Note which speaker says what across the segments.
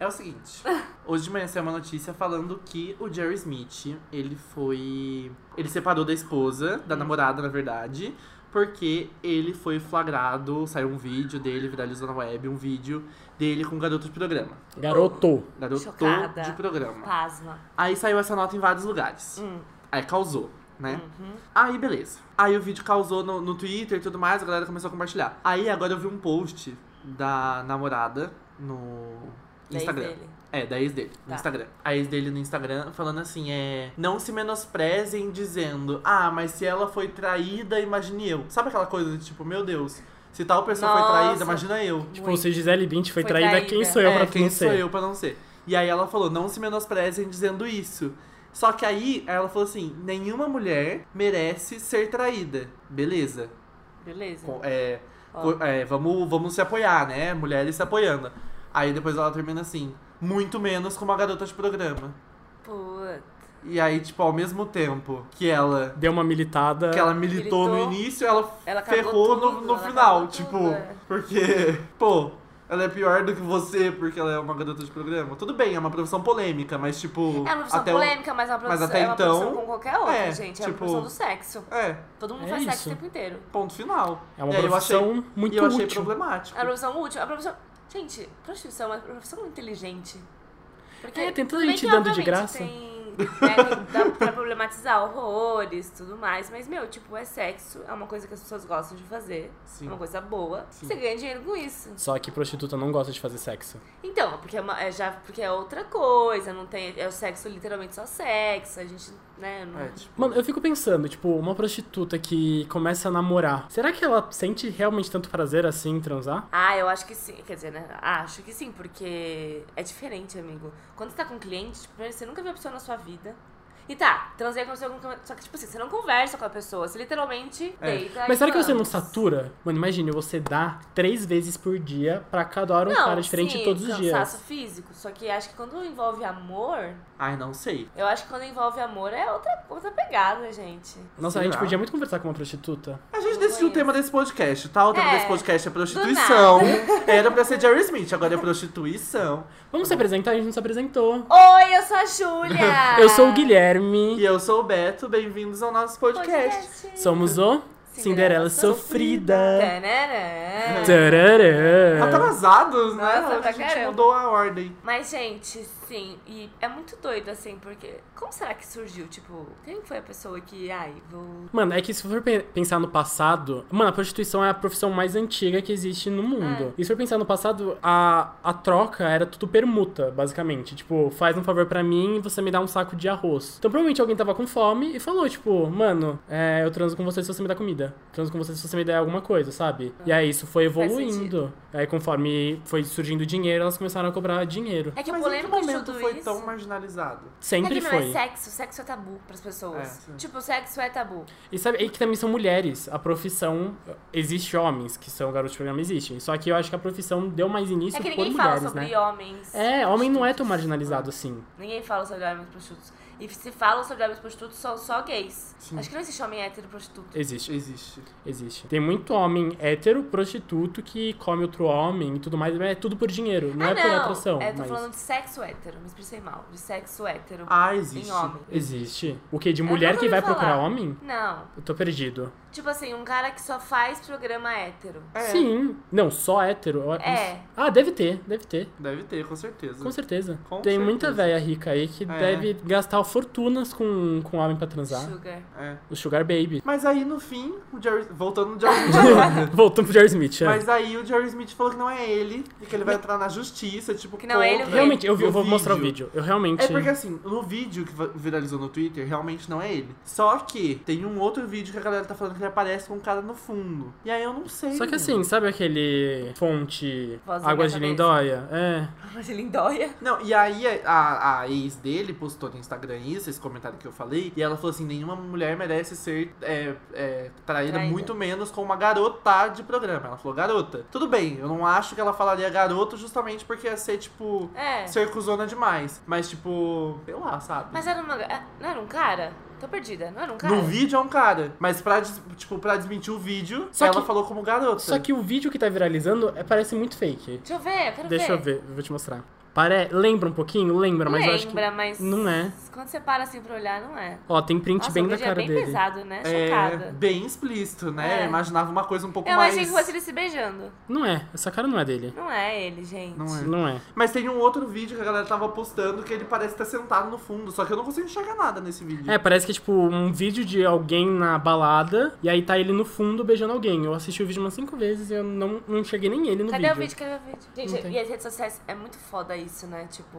Speaker 1: É o seguinte. Hoje de manhã saiu uma notícia falando que o Jerry Smith, ele foi. Ele separou da esposa,
Speaker 2: Hum.
Speaker 1: da namorada, na verdade, porque ele foi flagrado, saiu um vídeo dele, viralizou na web, um vídeo dele com um garoto de programa.
Speaker 3: Garoto.
Speaker 1: Garoto
Speaker 2: Chocada.
Speaker 1: de programa.
Speaker 2: Pasma.
Speaker 1: Aí saiu essa nota em vários lugares.
Speaker 2: Hum. Uhum.
Speaker 1: Aí causou, né? Aí beleza. Aí o vídeo causou no, no Twitter e tudo mais, a galera começou a compartilhar. Aí agora eu vi um post da namorada no
Speaker 2: Da ex
Speaker 1: Instagram.
Speaker 2: dele.
Speaker 1: É, da ex dele, no
Speaker 2: Tá.
Speaker 1: Instagram. A ex dele no Instagram falando assim, é. Não se menosprezem dizendo, ah, mas se ela foi traída, imagine eu. Sabe aquela coisa de tipo, meu Deus, se tal pessoa foi traída,
Speaker 2: Nossa.
Speaker 1: imagina eu.
Speaker 3: Tipo, se Gisele Bint foi,
Speaker 2: Foi
Speaker 3: traída,
Speaker 2: traída.
Speaker 3: quem sou eu
Speaker 1: É,
Speaker 3: pra
Speaker 1: quem
Speaker 3: não
Speaker 1: sou
Speaker 3: ser?
Speaker 1: eu pra não ser? E aí ela falou, não se menosprezem dizendo isso. Só que aí ela falou assim, nenhuma mulher merece ser traída. Beleza.
Speaker 2: Beleza.
Speaker 1: Co- é,
Speaker 2: Ó.
Speaker 1: co- é, vamos, vamos se apoiar, né? Mulheres se apoiando. Aí depois ela termina assim, muito menos com uma garota de programa.
Speaker 2: Puta.
Speaker 1: E aí, tipo, ao mesmo tempo que ela,
Speaker 3: Deu uma militada.
Speaker 1: que ela militou,
Speaker 2: Militou.
Speaker 1: no início, ela,
Speaker 2: Ela cagou
Speaker 1: ferrou no,
Speaker 2: tudo,
Speaker 1: no
Speaker 2: ela
Speaker 1: final.
Speaker 2: cagou
Speaker 1: Tipo,
Speaker 2: tudo, é.
Speaker 1: porque, pô, ela é pior do que você porque ela é uma garota de programa. Tudo bem, é uma profissão polêmica, mas tipo.
Speaker 2: É uma profissão
Speaker 1: até o-
Speaker 2: polêmica, mas, é uma
Speaker 1: mas
Speaker 2: profissão,
Speaker 1: até
Speaker 2: é uma
Speaker 1: então,
Speaker 2: profissão com qualquer outra,
Speaker 1: é,
Speaker 2: gente. É
Speaker 1: tipo-
Speaker 2: uma profissão do sexo.
Speaker 1: É,
Speaker 2: Todo mundo
Speaker 3: É
Speaker 2: faz sexo
Speaker 3: isso.
Speaker 2: o tempo inteiro.
Speaker 1: ponto final.
Speaker 3: É uma
Speaker 1: e aí eu achei,
Speaker 3: profissão muito
Speaker 1: e eu achei
Speaker 3: útil.
Speaker 2: É
Speaker 1: problemático.
Speaker 2: uma profissão útil. É uma profissão... Gente, prostituição é uma profissão muito inteligente. Porque
Speaker 3: É, tem tanta
Speaker 2: tudo bem
Speaker 3: gente
Speaker 2: que,
Speaker 3: dando de
Speaker 2: obviamente,
Speaker 3: graça.
Speaker 2: Tem, né, tem- dá pra problematizar horrores tudo mais. Mas, meu, tipo, é sexo. É uma coisa que as pessoas gostam de fazer.
Speaker 1: Sim.
Speaker 2: É uma coisa boa.
Speaker 1: Sim.
Speaker 2: Você ganha dinheiro com isso.
Speaker 3: Só que prostituta não gosta de fazer sexo.
Speaker 2: Então, porque é, uma- é já, porque é outra coisa. Não tem, é o sexo literalmente só sexo. A gente, né, não...
Speaker 1: É, tipo,
Speaker 3: Mano, eu fico pensando, tipo, uma prostituta que começa a namorar, será que ela sente realmente tanto prazer assim em transar?
Speaker 2: Ah, eu acho que sim. Quer dizer, né? Acho que sim, porque é diferente, amigo. Quando você tá com um cliente, tipo, primeiro, você nunca viu a pessoa na sua vida. E tá, transei com a pessoa. com- Só que, tipo assim, você não conversa com a pessoa. Você literalmente
Speaker 1: É.
Speaker 2: deita. e
Speaker 3: Mas será que você não
Speaker 2: vamos.
Speaker 3: satura? Mano, imagine, você dá três vezes por dia pra cada hora um
Speaker 2: Não,
Speaker 3: cara diferente
Speaker 2: sim,
Speaker 3: todos os
Speaker 2: cansaço
Speaker 3: dias.
Speaker 2: físico. Só que acho que quando envolve amor.
Speaker 1: ai, não sei.
Speaker 2: Eu acho que quando envolve amor é outra, outra pegada, gente.
Speaker 3: Nossa, a
Speaker 1: Sei
Speaker 3: gente
Speaker 1: lá.
Speaker 3: podia muito conversar com uma prostituta.
Speaker 1: A gente decidiu o
Speaker 2: conheço.
Speaker 1: tema desse podcast, tá? O tema
Speaker 2: É,
Speaker 1: desse podcast é prostituição. Era pra ser Jerry Smith, agora é prostituição.
Speaker 3: Vamos se apresentar? A gente não se apresentou.
Speaker 2: Oi, eu sou a
Speaker 1: Ah.
Speaker 2: Júlia!
Speaker 3: Eu sou o Guilherme,
Speaker 1: E eu sou o Beto, bem-vindos ao nosso podcast.
Speaker 3: somos o Cinderela
Speaker 2: Cinderela
Speaker 3: Sofrida.
Speaker 2: Tananã.
Speaker 3: Tararã.
Speaker 1: Atrasados, né?
Speaker 2: Nossa,
Speaker 1: Hoje
Speaker 2: pra
Speaker 1: a gente
Speaker 2: caramba.
Speaker 1: mudou a ordem.
Speaker 2: Mas, gente, sim, e é muito doido, assim, porque como será que surgiu? Tipo, quem foi a pessoa que, ai, vou.
Speaker 3: Mano, é que se for pe- pensar no passado, mano, a prostituição é a profissão mais antiga que existe no
Speaker 2: É.
Speaker 3: mundo. E se for pensar no passado, a, a troca era tudo permuta, basicamente. Tipo, faz um favor pra mim e você me dá um saco de arroz. Então provavelmente alguém tava com fome e falou, tipo, mano, é, eu transo com você se você me dá comida. Transo com você se você me der alguma coisa, sabe? E aí isso foi
Speaker 2: Faz
Speaker 3: evoluindo. Aí conforme foi surgindo dinheiro, elas começaram a cobrar dinheiro.
Speaker 2: É que o
Speaker 1: Mas em que
Speaker 2: polêmico de
Speaker 1: momento
Speaker 2: tudo
Speaker 1: foi
Speaker 2: isso.
Speaker 1: tão marginalizado?
Speaker 2: É
Speaker 3: Sempre
Speaker 2: que não
Speaker 3: foi.
Speaker 2: é sexo, sexo é tabu pras
Speaker 1: É,
Speaker 2: pessoas.
Speaker 1: sim.
Speaker 2: tipo, sexo é tabu.
Speaker 3: E sabe, e que também são mulheres. A profissão. Existe homens que são garotos de programa, existem. Só que eu acho que a profissão deu mais início
Speaker 2: é que
Speaker 3: por
Speaker 2: ninguém
Speaker 3: mulheres,
Speaker 2: fala sobre
Speaker 3: né?
Speaker 2: homens.
Speaker 3: É, homem não é tão
Speaker 2: prostitutos.
Speaker 3: marginalizado assim.
Speaker 2: Ninguém fala sobre homens prostitutos. E se falam sobre homens prostitutos, são só gays.
Speaker 1: Sim.
Speaker 2: Acho que não existe homem hétero prostituto.
Speaker 3: Existe,
Speaker 1: Existe.
Speaker 3: existe. Tem muito homem hétero, prostituto, que come outro homem e tudo mais. mas É tudo por dinheiro, não
Speaker 2: ah,
Speaker 3: é
Speaker 2: não.
Speaker 3: por atração.
Speaker 2: É, tô
Speaker 3: mas...
Speaker 2: falando de sexo hétero, me expressei mal. De sexo hétero.
Speaker 1: Ah, existe.
Speaker 2: Em homem.
Speaker 3: Existe. O quê? De
Speaker 2: Eu
Speaker 3: mulher
Speaker 2: nunca
Speaker 3: que
Speaker 2: ouvi
Speaker 3: vai
Speaker 2: falar.
Speaker 3: procurar homem?
Speaker 2: Não.
Speaker 3: Eu tô perdido.
Speaker 2: Tipo assim, um cara que só faz programa hétero.
Speaker 1: É,
Speaker 3: Sim. Não, só hétero. eu-
Speaker 2: É.
Speaker 3: Ah, deve ter, deve ter.
Speaker 1: Deve ter, com certeza.
Speaker 3: Com certeza.
Speaker 1: Com
Speaker 3: Tem
Speaker 1: certeza. É.
Speaker 3: muita velha rica aí que deve gastar fortunas com, com homem pra transar.
Speaker 2: Sugar.
Speaker 1: É.
Speaker 3: O Sugar Baby.
Speaker 1: Mas aí, no fim, o Jerry... Voltando no Jerry Smith.
Speaker 3: Voltando pro Jerry Smith, é.
Speaker 1: Mas aí o Jerry Smith falou que não é ele e que ele vai entrar na justiça, tipo,
Speaker 2: Que não é ele,
Speaker 1: contra-
Speaker 3: Realmente, eu, vi- eu
Speaker 1: No
Speaker 3: vou mostrar o vídeo. Eu realmente.
Speaker 1: É porque assim, no vídeo que va- viralizou no Twitter, realmente não é ele. Só que tem um outro vídeo que a galera tá falando que ele aparece com um cara no fundo. E aí eu não sei.
Speaker 3: Só
Speaker 1: menino.
Speaker 3: que assim, sabe aquele fonte
Speaker 2: Voz da
Speaker 3: Águas de
Speaker 2: minha
Speaker 3: Lindóia? É.
Speaker 2: Mas ele endóia.
Speaker 1: Não, e aí a, a ex dele postou no Instagram isso, esse comentário que eu falei, e ela falou assim: nenhuma mulher merece ser é, é, traída,
Speaker 2: Traída.
Speaker 1: muito menos com uma garota de programa. Ela falou, garota. Tudo bem, eu não acho que ela falaria garoto justamente porque ia ser, tipo,
Speaker 2: É.
Speaker 1: ser cuzona demais. Mas, tipo, sei lá, sabe?
Speaker 2: Mas era uma. ah, Não era um cara? Tô perdida. Não era um cara?
Speaker 1: No vídeo é um cara, mas pra, des- tipo, pra desmentir o vídeo,
Speaker 3: Só
Speaker 1: ela
Speaker 3: que-
Speaker 1: falou como garota.
Speaker 3: Só que o vídeo que tá viralizando é, parece muito fake.
Speaker 2: Deixa eu ver, eu quero
Speaker 3: Deixa eu
Speaker 2: ver.
Speaker 3: ver, eu vou te mostrar. Pare... Lembra um pouquinho? Lembra, mas eu acho que.
Speaker 2: Lembra, mas.
Speaker 3: Não é.
Speaker 2: Quando você para assim pra olhar, não é.
Speaker 3: Ó, tem print
Speaker 2: Nossa,
Speaker 3: bem
Speaker 2: o
Speaker 3: da
Speaker 2: vídeo é
Speaker 3: cara
Speaker 2: bem
Speaker 3: dele.
Speaker 2: pesado, né?
Speaker 1: É
Speaker 2: Chocada.
Speaker 1: bem explícito, né?
Speaker 2: É.
Speaker 1: Eu imaginava uma coisa um pouco
Speaker 2: Eu
Speaker 1: mais.
Speaker 2: achei que fosse ele se beijando.
Speaker 3: Não é, essa cara não é dele.
Speaker 2: Não é ele, gente.
Speaker 1: Não é.
Speaker 3: Não é.
Speaker 1: Mas tem um outro vídeo que a galera tava postando que ele parece estar sentado no fundo, só que eu não consigo enxergar nada nesse vídeo.
Speaker 3: É, parece que é tipo um vídeo de alguém na balada e aí tá ele no fundo beijando alguém. Eu assisti o vídeo umas cinco vezes e eu não, não enxerguei nem ele no
Speaker 2: Cadê
Speaker 3: vídeo.
Speaker 2: o vídeo? Cadê o vídeo?
Speaker 3: Não
Speaker 2: Gente,
Speaker 3: tem.
Speaker 2: e as redes sociais é muito foda isso, né? Tipo,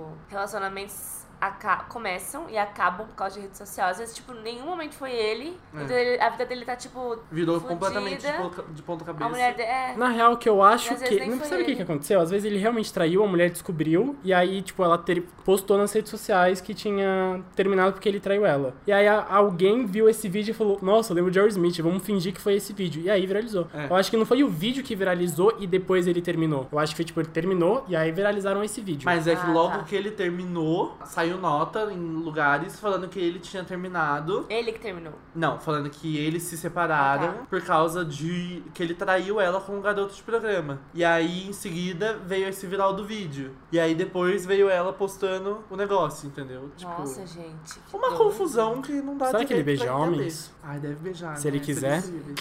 Speaker 2: relacionamentos aca- começam e acabam por causa de rede social. Às vezes, tipo, nenhum momento foi ele.
Speaker 1: É.
Speaker 2: Então ele- a vida dele tá, tipo,
Speaker 1: Virou
Speaker 2: Fudida.
Speaker 1: completamente de ponta, de ponta cabeça.
Speaker 2: a mulher dele. É.
Speaker 3: Na real, que eu
Speaker 2: E
Speaker 3: acho
Speaker 2: às vezes
Speaker 3: que.
Speaker 2: nem
Speaker 3: Não
Speaker 2: foi
Speaker 3: sabe o que,
Speaker 2: ele.
Speaker 3: que aconteceu? Às vezes ele realmente traiu, a mulher descobriu, e aí, tipo, ela ter- postou nas redes sociais que tinha terminado porque ele traiu ela. E aí a- alguém viu esse vídeo e falou: Nossa, eu lembro de George Smith, vamos fingir que foi esse vídeo. E aí viralizou.
Speaker 1: É.
Speaker 3: Eu acho que não foi o vídeo que viralizou e depois ele terminou. Eu acho que foi, tipo, ele terminou e aí viralizaram esse vídeo.
Speaker 1: Mas é que
Speaker 2: Ah,
Speaker 1: logo
Speaker 2: tá.
Speaker 1: que ele terminou, saiu nota em lugares falando que ele tinha terminado.
Speaker 2: Ele que terminou.
Speaker 1: Não, falando que eles se separaram
Speaker 2: Ah, tá.
Speaker 1: por causa de que ele traiu ela com um garoto de programa. E aí, em seguida, veio esse viral do vídeo. E aí depois veio ela postando o negócio, entendeu? Tipo,
Speaker 2: Nossa, gente. que
Speaker 1: uma
Speaker 2: doido.
Speaker 1: confusão que não dá
Speaker 3: Será
Speaker 1: direito
Speaker 3: que ele beija
Speaker 1: pra entender.
Speaker 3: homens?
Speaker 1: Ai, deve beijar.
Speaker 3: Se
Speaker 1: né? Seria
Speaker 3: ele quiser.
Speaker 1: incrível.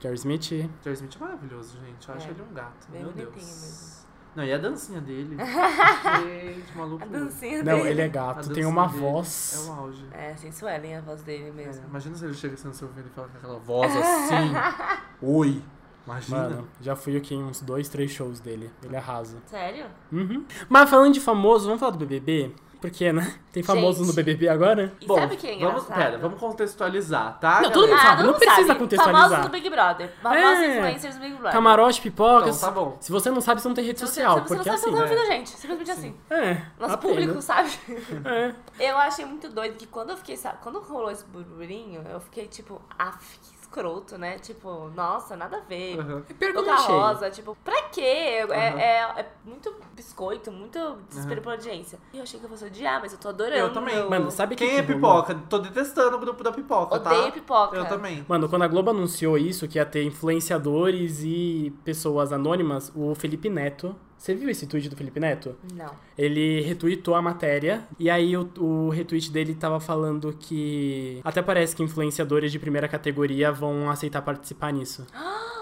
Speaker 3: George Smith.
Speaker 1: Jerry Smith é maravilhoso, gente. Eu acho
Speaker 2: É.
Speaker 1: ele um gato.
Speaker 2: Bem
Speaker 1: Meu
Speaker 2: bonitinho
Speaker 1: Deus.
Speaker 2: mesmo.
Speaker 1: Não, e a dancinha dele? gente, maluco.
Speaker 2: A dancinha
Speaker 3: Não,
Speaker 2: dele.
Speaker 3: ele é
Speaker 1: A
Speaker 3: gato, tem
Speaker 1: dancinha
Speaker 3: uma
Speaker 1: dele
Speaker 3: voz.
Speaker 1: É o auge.
Speaker 2: É, sensuelem a voz dele
Speaker 1: É,
Speaker 2: mesmo.
Speaker 1: imagina se ele chega assim no seu ouvido e fala com aquela voz assim. Oi. Imagina.
Speaker 3: Mano, já fui aqui em uns dois, três shows dele. Ele arrasa.
Speaker 2: Sério?
Speaker 3: Uhum. Mas falando de famoso, vamos falar do BBB? Porque, né? Tem famoso
Speaker 2: Gente.
Speaker 3: no BBB agora?
Speaker 2: E
Speaker 1: Bom,
Speaker 2: sabe quem é
Speaker 1: vamos,
Speaker 2: engraçado?
Speaker 1: pera, vamos contextualizar, tá?
Speaker 3: Não, todo mundo
Speaker 1: galera?
Speaker 2: ah,
Speaker 3: sabe,
Speaker 2: todo
Speaker 3: não
Speaker 2: mundo
Speaker 3: precisa
Speaker 2: sabe.
Speaker 3: contextualizar.
Speaker 2: Famosos do Big Brother. Famosos
Speaker 3: É.
Speaker 2: influencers do Big Brother.
Speaker 3: Camarote, pipocas.
Speaker 1: Então, tá bom.
Speaker 3: Se você não sabe, você não tem rede
Speaker 2: Se você-
Speaker 3: social.
Speaker 2: se você não
Speaker 3: porque
Speaker 2: sabe,
Speaker 3: assim.
Speaker 2: você não tá
Speaker 3: né?
Speaker 2: ouvindo a gente. Simplesmente assim.
Speaker 3: É.
Speaker 2: Nosso
Speaker 3: apenas.
Speaker 2: público, sabe?
Speaker 3: É.
Speaker 2: Eu achei muito doido que quando eu fiquei, sabe, quando rolou esse burburinho, eu fiquei tipo, af, que escroto, né? Tipo, nossa, nada a ver.
Speaker 1: Aham.
Speaker 3: Pergunta
Speaker 2: Toda
Speaker 3: cheia.
Speaker 2: rosa, tipo, pra quê? É,
Speaker 1: Aham.
Speaker 2: é, é muito biscoito, muito desespero pela audiência. E eu achei que eu fosse odiar, mas eu tô adorando.
Speaker 1: Eu também.
Speaker 3: Mano, sabe
Speaker 1: Quem
Speaker 3: que
Speaker 1: é
Speaker 3: que rolou?
Speaker 1: pipoca? Tô detestando o grupo da pipoca, tá?
Speaker 2: Odeio pipoca.
Speaker 1: Eu também.
Speaker 3: Mano, quando a Globo anunciou isso, que ia ter influenciadores e pessoas anônimas, o Felipe Neto. Você viu esse tweet do Felipe Neto?
Speaker 2: Não.
Speaker 3: Ele retweetou a matéria e aí o, o retweet dele tava falando que até parece que influenciadores de primeira categoria vão aceitar participar nisso.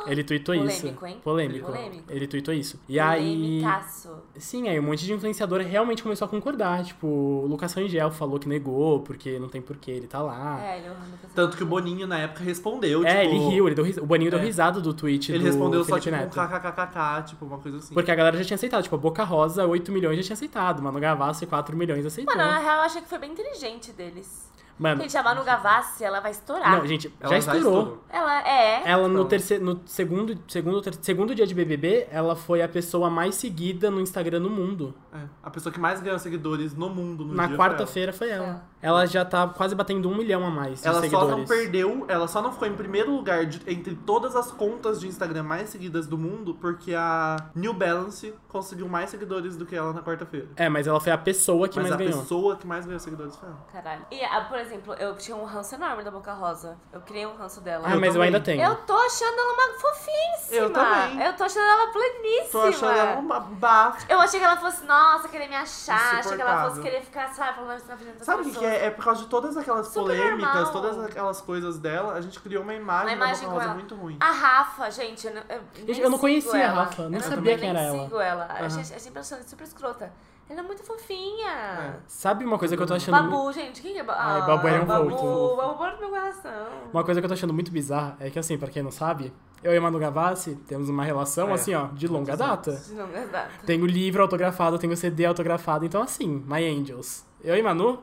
Speaker 3: Ele tweetou isso.
Speaker 2: Polêmico, hein?
Speaker 3: Polêmico.
Speaker 2: Polêmico.
Speaker 3: Ele tweetou isso. E aí
Speaker 2: Polêmicaço.
Speaker 3: Sim, aí um monte de influenciador realmente começou a concordar, tipo, o Lucas Rangel falou que negou porque não tem porquê ele tá lá.
Speaker 2: É, ele é horrível.
Speaker 1: Tanto que o Boninho na época respondeu,
Speaker 3: É,
Speaker 1: tipo,
Speaker 3: ele riu, ele deu, ris- o Boninho deu
Speaker 1: É.
Speaker 3: risada do tweet
Speaker 1: Ele
Speaker 3: do
Speaker 1: respondeu só
Speaker 3: Felipe
Speaker 1: tipo um
Speaker 3: Neto.
Speaker 1: kkkk, tipo uma coisa assim.
Speaker 3: Porque a galera já tinha aceitado, tipo, a Boca Rosa, 8 milhões já tinha aceitado, Mano Gavassi, 4 milhões aceitou.
Speaker 2: Mano, na real, eu achei que foi bem inteligente deles.
Speaker 3: Mano,
Speaker 2: Gente, a Manu Gavassi, ela vai estourar.
Speaker 3: não, gente,
Speaker 1: Ela
Speaker 3: já estourou.
Speaker 2: Ela é.
Speaker 3: Ela no,
Speaker 1: Então.
Speaker 3: terceiro, no segundo, segundo, ter- segundo dia de BBB, ela foi a pessoa mais seguida no Instagram no mundo.
Speaker 1: É, a pessoa que mais ganhou seguidores no mundo no
Speaker 3: Na
Speaker 1: dia foi
Speaker 3: quarta-feira foi ela. Ela já tá quase batendo um milhão a mais de
Speaker 1: Ela só
Speaker 3: seguidores.
Speaker 1: não perdeu, ela só não ficou em primeiro lugar de- entre todas as contas de Instagram mais seguidas do mundo, porque a New Balance conseguiu mais seguidores do que ela na quarta-feira.
Speaker 3: É, mas ela foi a pessoa que
Speaker 1: Mas
Speaker 3: mais
Speaker 1: a
Speaker 3: ganhou.
Speaker 1: pessoa que mais ganhou seguidores foi ela.
Speaker 2: Caralho. E, ah, por exemplo, eu tinha um ranço enorme da Boca Rosa. Eu criei um ranço dela.
Speaker 3: Ah,
Speaker 1: Eu
Speaker 3: mas eu
Speaker 1: também.
Speaker 3: ainda tenho.
Speaker 2: Eu tô achando ela uma fofinha.
Speaker 1: Eu também.
Speaker 2: Eu tô achando ela pleníssima.
Speaker 1: Tô achando ela uma bafa.
Speaker 2: Eu achei que ela fosse, nossa, querer me achar. Achei que ela
Speaker 1: Insuportável.
Speaker 2: fosse querer ficar, sabe, falando isso na frente das
Speaker 1: Sabe o que que
Speaker 2: pessoas.
Speaker 1: é? É por causa de todas aquelas
Speaker 2: Super
Speaker 1: polêmicas,
Speaker 2: normal.
Speaker 1: todas aquelas coisas dela, a gente criou uma imagem,
Speaker 2: Uma imagem
Speaker 1: da
Speaker 2: com
Speaker 1: Boca Rosa
Speaker 2: ela.
Speaker 1: muito ruim.
Speaker 2: A Rafa, gente, eu não, eu nem
Speaker 3: Gente, eu não
Speaker 2: sigo
Speaker 3: conhecia a
Speaker 2: ela.
Speaker 3: Rafa, não
Speaker 2: Eu
Speaker 3: sabia
Speaker 2: também
Speaker 3: quem era
Speaker 2: nem
Speaker 3: ela.
Speaker 2: sigo ela.
Speaker 1: Aham.
Speaker 2: Achei, achei a pessoa super escrota. Ela é muito fofinha.
Speaker 3: Sabe uma coisa que eu
Speaker 1: Tá
Speaker 3: tô achando. muito-
Speaker 2: Babu, gente, quem que é Babu?
Speaker 3: É. Ai, Babu era um
Speaker 2: Babu,
Speaker 3: vulto.
Speaker 2: Babu mora no meu coração.
Speaker 3: Uma coisa que eu tô achando muito bizarra é que, assim, pra quem não sabe, eu e a Manu Gavassi temos uma relação,
Speaker 1: É,
Speaker 3: assim, ó, de longa
Speaker 1: muitos anos.
Speaker 3: data.
Speaker 2: De longa data.
Speaker 3: Tenho livro autografado, tenho CD autografado, então assim, My Angels. Eu e Manu,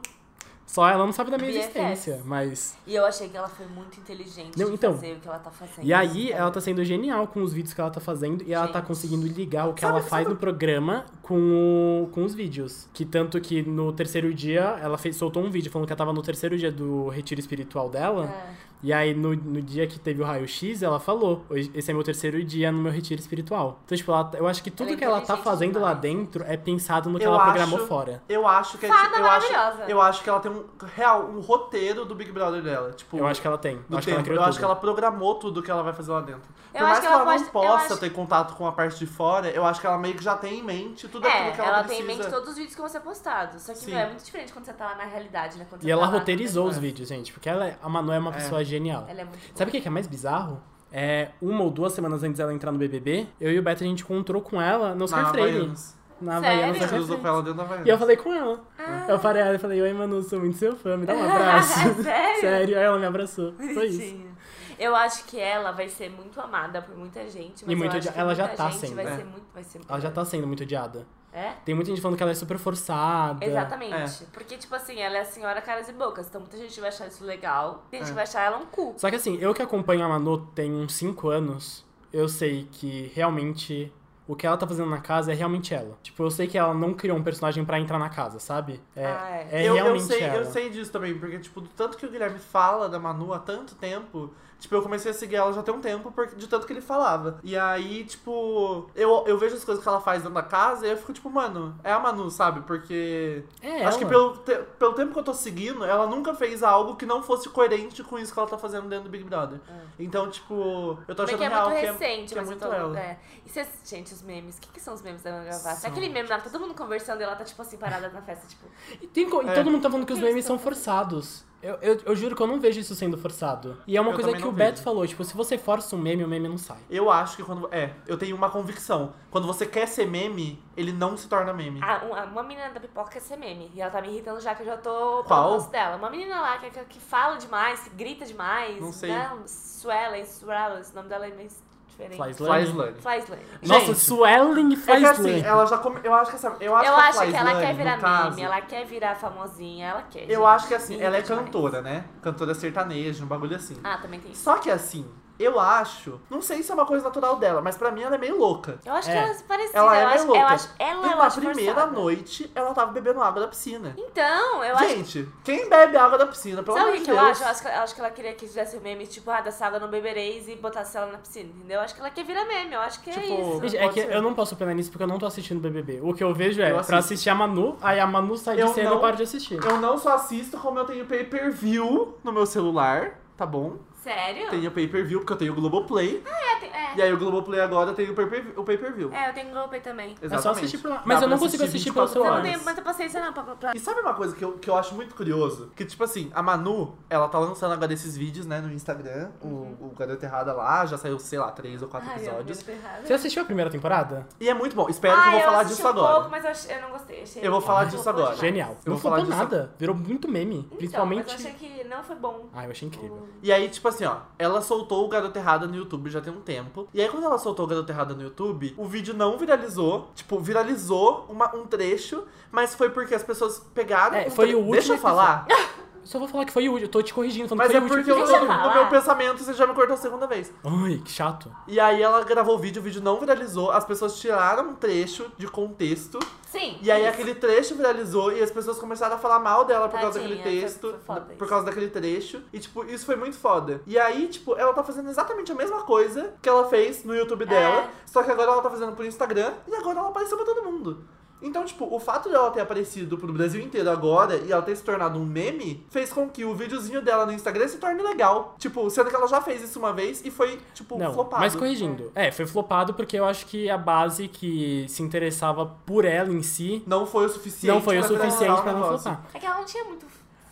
Speaker 3: só ela não sabe da minha
Speaker 2: BFFs.
Speaker 3: existência, mas.
Speaker 2: E eu achei que ela foi muito inteligente
Speaker 3: Não,
Speaker 2: de
Speaker 3: então.
Speaker 2: fazer o que ela tá fazendo.
Speaker 3: E aí, ela tá sendo genial com os vídeos que ela tá fazendo e ela tá
Speaker 2: Gente.
Speaker 3: conseguindo ligar o que
Speaker 1: Sabe-
Speaker 3: ela faz
Speaker 1: sabe-
Speaker 3: no programa com, o- com os vídeos. Que tanto que no terceiro dia, ela fez, soltou um vídeo falando que ela tava no terceiro dia do retiro espiritual dela.
Speaker 2: É.
Speaker 3: E aí, no, no dia que teve o raio-x, ela falou: "Hoje- Esse é meu terceiro dia no meu retiro espiritual. Então, tipo, ela- eu acho que tudo
Speaker 2: Ela é
Speaker 3: que ela tá
Speaker 2: inteligente
Speaker 3: fazendo lá
Speaker 2: demais.
Speaker 3: dentro é pensado no que
Speaker 1: Eu
Speaker 3: ela
Speaker 1: acho-
Speaker 3: programou fora.
Speaker 1: Eu acho que é
Speaker 2: Fada
Speaker 1: tipo, eu acho,
Speaker 2: maravilhosa.
Speaker 1: eu acho que ela tem um um real, um roteiro do Big Brother dela. Tipo,
Speaker 3: Eu acho que ela tem.
Speaker 1: do
Speaker 3: Eu acho que
Speaker 1: tempo.
Speaker 3: ela criou
Speaker 1: eu acho
Speaker 3: tudo.
Speaker 1: que ela programou tudo que ela vai fazer lá dentro. Por
Speaker 2: Eu acho
Speaker 1: mais
Speaker 2: que
Speaker 1: que
Speaker 2: ela
Speaker 1: ela,
Speaker 2: pode- eu
Speaker 1: não possa
Speaker 2: acho-
Speaker 1: ter contato com a parte de fora, eu acho que ela meio que já tem em mente tudo aquilo
Speaker 2: É,
Speaker 1: que
Speaker 2: ela,
Speaker 1: ela,
Speaker 2: tem em
Speaker 1: precisa.
Speaker 2: mente todos os vídeos que vão ser postados. Só que
Speaker 1: Sim.
Speaker 2: meu, é muito diferente quando você tá lá na realidade, né? Quando você
Speaker 3: E ela
Speaker 2: tá lá
Speaker 3: roteirizou os
Speaker 1: É.
Speaker 3: vídeos, gente, porque ela, é- a Manu é uma pessoa genial.
Speaker 2: no- Ela é muito.
Speaker 3: Sabe o que que é mais bizarro? É, uma ou duas semanas antes dela entrar no BBB, eu e o Beto a gente encontrou com ela no Oscar
Speaker 1: Na
Speaker 3: Freire.
Speaker 1: Havaianas.
Speaker 3: Na
Speaker 2: Sério?
Speaker 3: Havaianas
Speaker 1: Você
Speaker 3: Oscar
Speaker 1: usou com
Speaker 3: Freire.
Speaker 1: ela dentro da Havaianas.
Speaker 3: E eu falei com ela.
Speaker 2: Ah.
Speaker 3: Eu parei ela e falei, oi Manu, sou muito seu fã, me dá um
Speaker 2: Ah,
Speaker 3: abraço.
Speaker 2: sério?
Speaker 3: Sério, aí ela me abraçou. Foi isso.
Speaker 2: Bonitinho. Eu acho que ela vai ser muito amada por muita gente, mas
Speaker 3: E muito
Speaker 2: eu acho
Speaker 3: odia-
Speaker 2: que
Speaker 3: ela já
Speaker 2: muita
Speaker 3: tá
Speaker 2: gente
Speaker 3: sendo,
Speaker 2: vai
Speaker 1: né?
Speaker 2: ser muito, vai ser muito
Speaker 3: Ela já tá sendo muito odiada.
Speaker 2: É?
Speaker 3: Tem muita gente falando que ela é super forçada.
Speaker 2: Exatamente. Porque, tipo assim, ela é a senhora caras e bocas. Então muita gente vai achar isso legal.
Speaker 3: É.
Speaker 2: Tem gente que vai achar ela um cu.
Speaker 3: Só que assim, eu que acompanho a Manu tem uns 5 anos, eu sei que realmente o que ela tá fazendo na casa é realmente ela. Tipo, eu sei que ela não criou um personagem pra entrar na casa, sabe? É,
Speaker 2: Ah, é.
Speaker 3: é
Speaker 1: eu, eu
Speaker 3: realmente
Speaker 1: sei,
Speaker 3: ela.
Speaker 1: eu sei disso também, porque, tipo, do tanto que o Guilherme fala da Manu há tanto tempo, tipo, eu comecei a seguir ela já tem um tempo, porque, de tanto que ele falava. E aí, tipo, eu, eu vejo as coisas que ela faz dentro da casa e eu fico, tipo, mano, é a Manu, sabe? Porque.
Speaker 3: É ela.
Speaker 1: Acho que pelo, te- pelo tempo que eu tô seguindo, ela nunca fez algo que não fosse coerente com isso que ela tá fazendo dentro do Big Brother. Então, tipo, eu tô
Speaker 2: Porque
Speaker 1: achando
Speaker 2: é
Speaker 1: real
Speaker 2: muito
Speaker 1: que é-
Speaker 2: recente,
Speaker 1: que é,
Speaker 2: mas
Speaker 1: muito
Speaker 2: eu tô.
Speaker 1: ela.
Speaker 2: É. E vocês, gente, os memes. O que, que são os memes da Ana Gavassi?
Speaker 1: São-
Speaker 2: Aquele meme lá, que tá todo mundo conversando e ela tá, tipo assim, parada na festa, tipo.
Speaker 3: E, tem co- e
Speaker 1: É.
Speaker 3: todo mundo tá falando que os
Speaker 2: Eles
Speaker 3: memes
Speaker 2: tão
Speaker 3: são forçados. Eu, eu, eu juro que eu não vejo isso sendo forçado. E é uma
Speaker 1: Eu
Speaker 3: coisa
Speaker 1: também
Speaker 3: que o
Speaker 1: não
Speaker 3: Beto
Speaker 1: vejo.
Speaker 3: falou, tipo, se você força um meme, o meme não sai.
Speaker 1: Eu acho que quando. É, eu tenho uma convicção. Quando você quer ser meme, ele não se torna meme.
Speaker 2: Ah, um- ah, uma menina da pipoca quer ser meme. E ela tá me irritando já que eu já tô
Speaker 1: Qual?
Speaker 2: pelo gosto dela. Uma menina lá que, que, que fala demais, que grita demais.
Speaker 1: Não sei.
Speaker 2: Né? Suelen, Suelen, o nome dela é meio diferente.
Speaker 3: Fly Slane.
Speaker 1: Fly Slane.
Speaker 2: Flyslane.
Speaker 3: Nossa,
Speaker 1: Gente,
Speaker 3: Suelen
Speaker 1: É
Speaker 3: faz
Speaker 1: que assim,
Speaker 3: lento.
Speaker 1: ela já come... Eu acho que essa. Eu acho,
Speaker 2: eu
Speaker 1: que, a
Speaker 2: acho que ela
Speaker 1: Flyslane,
Speaker 2: quer
Speaker 1: no
Speaker 2: virar
Speaker 1: caso,
Speaker 2: meme, ela quer virar famosinha, ela quer.
Speaker 1: Eu
Speaker 2: gente.
Speaker 1: acho que assim,
Speaker 2: Me
Speaker 1: ela é
Speaker 2: irrita demais.
Speaker 1: cantora, né? Cantora sertaneja, um bagulho assim.
Speaker 2: Ah, também tem isso.
Speaker 1: Só que assim, eu acho. Não sei se é uma coisa natural dela, mas pra mim ela é meio louca.
Speaker 2: Eu acho
Speaker 3: É.
Speaker 2: que ela é parecida.
Speaker 1: Ela é
Speaker 2: eu,
Speaker 1: meio
Speaker 2: acho, eu
Speaker 1: louca.
Speaker 2: acho ela
Speaker 1: e
Speaker 2: eu
Speaker 1: na
Speaker 2: acho
Speaker 1: primeira
Speaker 2: forçada.
Speaker 1: noite, ela tava bebendo água da piscina.
Speaker 2: Então, eu acho
Speaker 1: Gente, quem bebe água da piscina, pelo
Speaker 2: Sabe o
Speaker 1: amor
Speaker 2: que,
Speaker 1: de
Speaker 2: que
Speaker 1: Deus?
Speaker 2: eu acho? Eu acho que, eu acho que ela queria que fizesse o meme, tipo, ah, da água não bebereis e botasse ela na piscina, entendeu? Eu acho que ela quer virar meme, eu acho que é
Speaker 1: Tipo,
Speaker 2: isso.
Speaker 3: Gente, é
Speaker 1: Pode
Speaker 3: que
Speaker 1: ser.
Speaker 3: eu não posso opinar nisso porque eu não tô assistindo BBB. O que eu vejo é
Speaker 1: Eu
Speaker 3: pra
Speaker 1: assisto.
Speaker 3: assistir a Manu, aí a Manu sai de
Speaker 1: Eu
Speaker 3: cena e eu
Speaker 1: não-
Speaker 3: paro de assistir.
Speaker 1: Eu não só assisto, como eu tenho pay-per-view no meu celular, tá bom?
Speaker 2: Sério?
Speaker 1: Tenho pay-per-view, porque eu tenho o Globoplay.
Speaker 2: É, tem- é.
Speaker 1: E aí o Globoplay agora tem o pay-per-view. o pay-per-view.
Speaker 2: É, eu tenho Globoplay também.
Speaker 3: É só assistir
Speaker 1: Exatamente.
Speaker 3: por lá.
Speaker 1: Dá
Speaker 3: Mas eu
Speaker 1: pra
Speaker 3: não consigo assistir pelo
Speaker 1: 24
Speaker 2: Eu
Speaker 3: celular.
Speaker 2: não tenho muita paciência não pra... pra-
Speaker 1: E sabe uma coisa que eu, que eu acho muito curioso? Que, tipo assim, a Manu, ela tá lançando agora esses vídeos, né, no Instagram. O, o Garoto Errada lá, já saiu, sei lá, três ou quatro
Speaker 2: Uhum. Ai, eu
Speaker 1: episódios.
Speaker 2: tô errada.
Speaker 3: Você assistiu a primeira temporada?
Speaker 1: E é muito bom. Espero que eu vou falar
Speaker 2: assisti
Speaker 1: disso
Speaker 2: um
Speaker 1: agora.
Speaker 2: pouco, mas eu, ach- eu não gostei. achei
Speaker 1: Eu vou falar disso
Speaker 2: fofo
Speaker 1: agora.
Speaker 2: demais.
Speaker 3: Genial.
Speaker 1: Eu
Speaker 3: Não
Speaker 1: vou falar
Speaker 3: flopou
Speaker 1: disso-
Speaker 3: nada. Virou muito meme.
Speaker 2: Então,
Speaker 3: principalmente.
Speaker 2: Mas eu achei que não foi bom.
Speaker 3: Ah, eu achei incrível.
Speaker 1: E aí, tipo assim, ó, ela soltou o Garoto Errada no YouTube já tem um tempo. E aí, quando ela soltou o Garoto Errada no YouTube, o vídeo não viralizou. Tipo, viralizou uma- um trecho, mas foi porque as pessoas pegaram.
Speaker 3: É,
Speaker 1: um
Speaker 3: foi
Speaker 1: tre-
Speaker 3: o último
Speaker 1: Deixa eu falar.
Speaker 3: Só vou falar que foi o último. Eu tô te corrigindo, falando
Speaker 1: Mas
Speaker 3: que
Speaker 1: é
Speaker 3: foi o
Speaker 1: porque
Speaker 3: último.
Speaker 1: eu,
Speaker 2: Deixa eu
Speaker 1: no, no
Speaker 2: falar.
Speaker 1: meu pensamento você já me cortou a segunda vez.
Speaker 3: Ai, que chato.
Speaker 1: E aí ela gravou o vídeo, o vídeo não viralizou, as pessoas tiraram um trecho de contexto.
Speaker 2: Sim.
Speaker 1: E aí
Speaker 2: isso.
Speaker 1: aquele trecho viralizou e as pessoas começaram a falar mal dela por causa
Speaker 2: Tadinha,
Speaker 1: daquele
Speaker 2: foi-
Speaker 1: texto,
Speaker 2: foi foda isso.
Speaker 1: por causa daquele trecho. E tipo, isso foi muito foda. E aí, tipo, ela tá fazendo exatamente a mesma coisa que ela fez no
Speaker 2: É.
Speaker 1: YouTube dela, só que agora ela tá fazendo por Instagram e agora ela apareceu pra todo mundo. Então, tipo, o fato dela ter aparecido pro Brasil inteiro agora e ela ter se tornado um meme fez com que o videozinho dela no Instagram se torne legal. Tipo, sendo que ela já fez isso uma vez e foi, tipo,
Speaker 3: Não,
Speaker 1: flopado.
Speaker 3: mas corrigindo. É, foi flopado porque eu acho que a base que se interessava por ela em si
Speaker 1: Não foi o suficiente.
Speaker 3: não foi o
Speaker 1: pra
Speaker 3: suficiente
Speaker 1: viralizar
Speaker 3: pra
Speaker 1: o
Speaker 3: não
Speaker 1: negócio.
Speaker 3: flopar.
Speaker 2: É que ela não tinha muito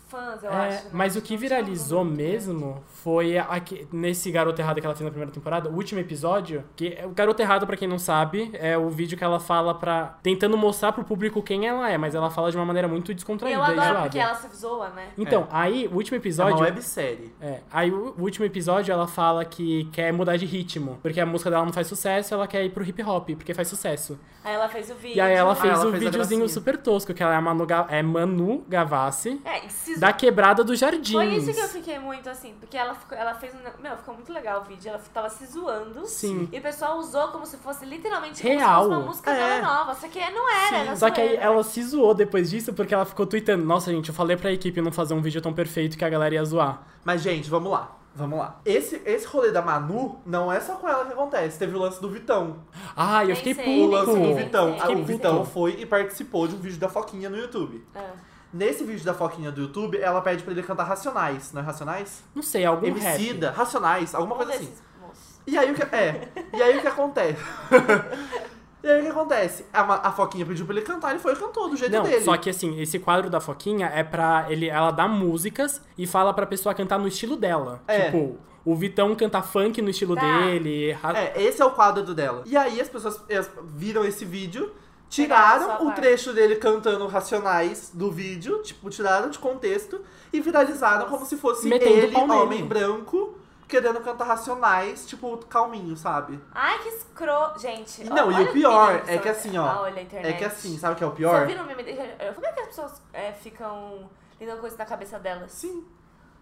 Speaker 2: fãs, eu
Speaker 3: É,
Speaker 2: acho. né?
Speaker 3: mas o que
Speaker 2: Não tinha
Speaker 3: viralizou
Speaker 2: muito, né?
Speaker 3: mesmo foi a- aque- nesse Garoto Errado que ela fez na primeira temporada, o último episódio, que é- o Garoto Errado, pra quem não sabe, é o vídeo que ela fala pra... tentando mostrar pro público quem ela é, mas ela fala de uma maneira muito descontraída
Speaker 2: Eu
Speaker 3: e
Speaker 2: adoro
Speaker 3: zoada.
Speaker 2: porque ela se zoa, né?
Speaker 3: Então, aí, o último
Speaker 1: É uma
Speaker 3: episódio...
Speaker 1: websérie.
Speaker 3: É, aí o o último episódio ela fala que quer mudar de ritmo, porque a música dela não faz sucesso, ela quer ir pro hip hop, porque faz sucesso.
Speaker 2: Aí ela fez o vídeo.
Speaker 3: E aí ela fez
Speaker 1: Ah, ela
Speaker 3: um
Speaker 1: fez a
Speaker 3: videozinho
Speaker 1: gracinha.
Speaker 3: super tosco, que ela é, a Manu, Ga- é Manu Gavassi,
Speaker 2: É, e se
Speaker 3: da quebrada do jardim.
Speaker 2: Foi isso que eu fiquei muito assim, porque ela, ficou, ela fez um. ne- Meu, ficou muito legal o vídeo. Ela tava se zoando.
Speaker 3: Sim.
Speaker 2: E o pessoal usou como se fosse literalmente
Speaker 3: Real.
Speaker 2: Como se fosse uma música
Speaker 1: É.
Speaker 2: dela nova. Só que não era. era
Speaker 3: É, Só que aí
Speaker 2: É, zoeira.
Speaker 3: ela se zoou depois disso porque ela ficou tweetando. Nossa, gente, eu falei pra equipe não fazer um vídeo tão perfeito que a galera ia zoar.
Speaker 1: Mas, gente, vamos lá. Vamos lá. Esse, esse rolê da Manu não é só com ela que acontece. Teve o lance do Vitão.
Speaker 3: Ah,
Speaker 2: Nem
Speaker 3: eu fiquei
Speaker 2: sei,
Speaker 1: O
Speaker 2: nem
Speaker 1: lance do
Speaker 2: sei, nem
Speaker 3: puto.
Speaker 1: Vitão.
Speaker 2: sei.
Speaker 1: Ah,
Speaker 3: Fiquei
Speaker 1: o Vitão
Speaker 3: puto.
Speaker 1: foi e participou de um vídeo da Foquinha no YouTube.
Speaker 2: É.
Speaker 1: Nesse vídeo da Foquinha do YouTube, ela pede pra ele cantar Racionais, não é Racionais?
Speaker 3: Não sei, algum rap.
Speaker 1: Emicida, Racionais, alguma
Speaker 2: Um
Speaker 1: coisa assim.
Speaker 2: desses moços.
Speaker 1: E aí o que é? E aí o que acontece? e aí o que acontece? A, ma- a Foquinha pediu pra ele cantar, ele foi e cantou do jeito
Speaker 3: Não,
Speaker 1: é dele.
Speaker 3: só que assim, esse quadro da Foquinha é pra. Ele, ela dá músicas e fala pra pessoa cantar no estilo dela.
Speaker 1: É.
Speaker 3: Tipo, o Vitão canta funk no estilo
Speaker 2: Tá.
Speaker 3: dele. ra-
Speaker 1: É, esse é o quadro do dela. E aí as pessoas elas viram esse vídeo,
Speaker 2: Pegaram só
Speaker 1: tiraram
Speaker 2: a
Speaker 1: o
Speaker 2: parte.
Speaker 1: trecho dele cantando Racionais do vídeo, tipo, tiraram de contexto e viralizaram como se fosse
Speaker 3: Metendo
Speaker 1: ele,
Speaker 3: pau nele.
Speaker 1: homem branco, querendo cantar Racionais, tipo, calminho, sabe?
Speaker 2: Ai, que escro... Gente,
Speaker 1: E
Speaker 2: ó,
Speaker 1: não, e
Speaker 2: olha
Speaker 1: o pior
Speaker 2: perigo
Speaker 1: é que
Speaker 2: são-
Speaker 1: assim, ó,
Speaker 2: Ah, olha a
Speaker 1: É
Speaker 2: internet.
Speaker 1: que assim, sabe o que é o
Speaker 2: Vocês
Speaker 1: pior?
Speaker 2: ouviram o meme? da- Como é que as pessoas é, ficam lidando com isso na cabeça delas?
Speaker 1: Sim,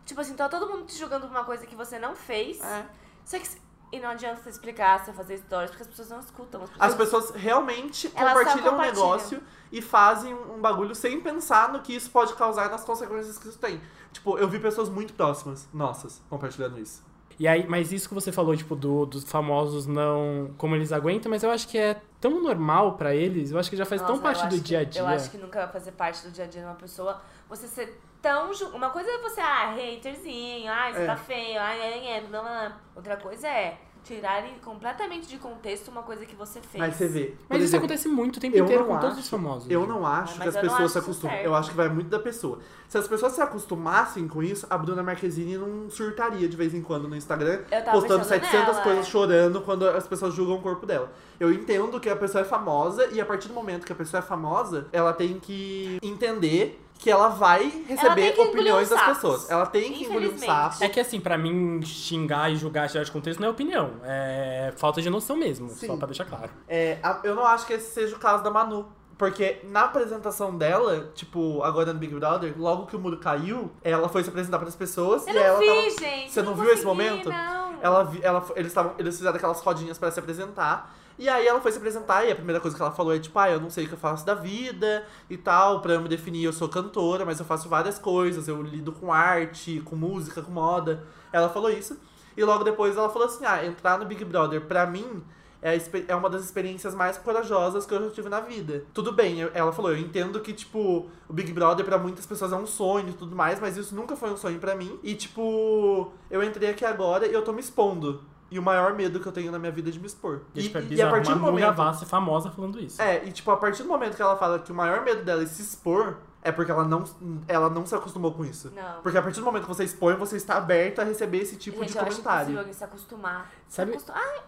Speaker 2: Tipo assim, tá todo mundo te julgando por uma coisa que você não fez.
Speaker 1: é.
Speaker 2: Só que... se- E não adianta você explicar, você fazer histórias, porque as pessoas não escutam. As pessoas...
Speaker 1: As pessoas realmente
Speaker 2: Elas só
Speaker 1: compartilham um
Speaker 2: compartilham.
Speaker 1: negócio e fazem um um bagulho sem pensar no que isso pode causar nas consequências que isso tem. Tipo, eu vi pessoas muito próximas nossas compartilhando isso.
Speaker 3: E aí, mas isso que você falou, tipo, do- dos famosos não. como eles aguentam, mas eu acho que é tão normal pra eles, eu acho que já faz
Speaker 2: Nossa,
Speaker 3: tão
Speaker 2: eu
Speaker 3: parte do
Speaker 2: acho que-
Speaker 3: dia a dia.
Speaker 2: Eu acho que nunca vai fazer parte do dia a dia de uma pessoa você ser tão. ju- Uma coisa é você, ah, haterzinho, ah, você
Speaker 1: É.
Speaker 2: tá feio, ah, é, é, blá, blá, blá. Outra coisa é tirarem completamente de contexto uma coisa que você fez.
Speaker 1: Mas você vê. por
Speaker 3: Mas isso é
Speaker 1: exemplo,
Speaker 3: acontece muito o tempo
Speaker 1: eu
Speaker 3: inteiro
Speaker 1: não
Speaker 3: com todos os
Speaker 1: acho-
Speaker 3: famosos.
Speaker 1: Eu não acho
Speaker 2: Ah, mas
Speaker 1: que as
Speaker 2: eu não
Speaker 1: pessoas
Speaker 2: acho
Speaker 1: se
Speaker 2: isso
Speaker 1: acostumam.
Speaker 2: certo.
Speaker 1: Eu acho que vai muito da pessoa. Se as pessoas se acostumassem com isso, a Bruna Marquezine não surtaria de vez em quando no Instagram,
Speaker 2: Eu tava
Speaker 1: postando
Speaker 2: pensando
Speaker 1: 700
Speaker 2: nela,
Speaker 1: coisas
Speaker 2: é.
Speaker 1: chorando quando as pessoas julgam o corpo dela. Eu entendo que a pessoa é famosa e a partir do momento que a pessoa é famosa, ela tem que entender que ela vai
Speaker 2: tem
Speaker 1: receber
Speaker 2: que engolir
Speaker 1: opiniões
Speaker 2: uns
Speaker 1: das
Speaker 2: sapos.
Speaker 1: pessoas. Ela tem que engolir um
Speaker 2: Infelizmente.
Speaker 1: sapo.
Speaker 3: É que assim, pra mim, xingar e julgar tirar de contexto não é opinião. É falta de noção mesmo, só
Speaker 1: Sim.
Speaker 3: pra deixar claro.
Speaker 1: É, a- eu não acho que esse seja o caso da Manu. Porque na apresentação dela, tipo, agora no Big Brother, logo que o muro caiu, ela foi se apresentar pras pessoas
Speaker 2: Eu
Speaker 1: e ela
Speaker 2: não vi,
Speaker 1: tava
Speaker 2: gente.
Speaker 1: Você
Speaker 2: eu
Speaker 1: não viu esse
Speaker 2: consegui,
Speaker 1: momento?
Speaker 2: Não.
Speaker 1: Ela, vi- ela, eles, estavam eles fizeram aquelas rodinhas pra se apresentar. E aí ela foi se apresentar e a primeira coisa que ela falou é tipo, ah, eu não sei o que eu faço da vida e tal. Pra eu me definir, eu sou cantora, mas eu faço várias coisas. Eu lido com arte, com música, com moda. Ela falou isso. E logo depois ela falou assim, ah, entrar no Big Brother pra mim é, a expe- é uma das experiências mais corajosas que eu já tive na vida. Tudo bem, eu- ela falou, eu entendo que, tipo, o Big Brother pra muitas pessoas é um sonho e tudo mais, mas isso nunca foi um sonho pra mim. E, tipo, eu entrei aqui agora e eu tô me expondo. E o maior medo que eu tenho na minha vida é de me expor. E,
Speaker 3: Gente, é
Speaker 1: e a
Speaker 3: bizarro,
Speaker 1: partir do
Speaker 3: uma Manu
Speaker 1: momento.
Speaker 3: Gavassi famosa falando isso.
Speaker 1: É, e tipo, a partir do momento que ela fala que o maior medo dela é se expor, é porque ela não, ela não se acostumou com isso.
Speaker 2: Não.
Speaker 1: Porque a partir do momento que você expõe, você está aberto a receber esse tipo
Speaker 2: gente,
Speaker 1: de
Speaker 2: eu acho impossível
Speaker 1: comentário.
Speaker 2: alguém se acostumar.
Speaker 3: Sabe?
Speaker 2: Acostu- Ai,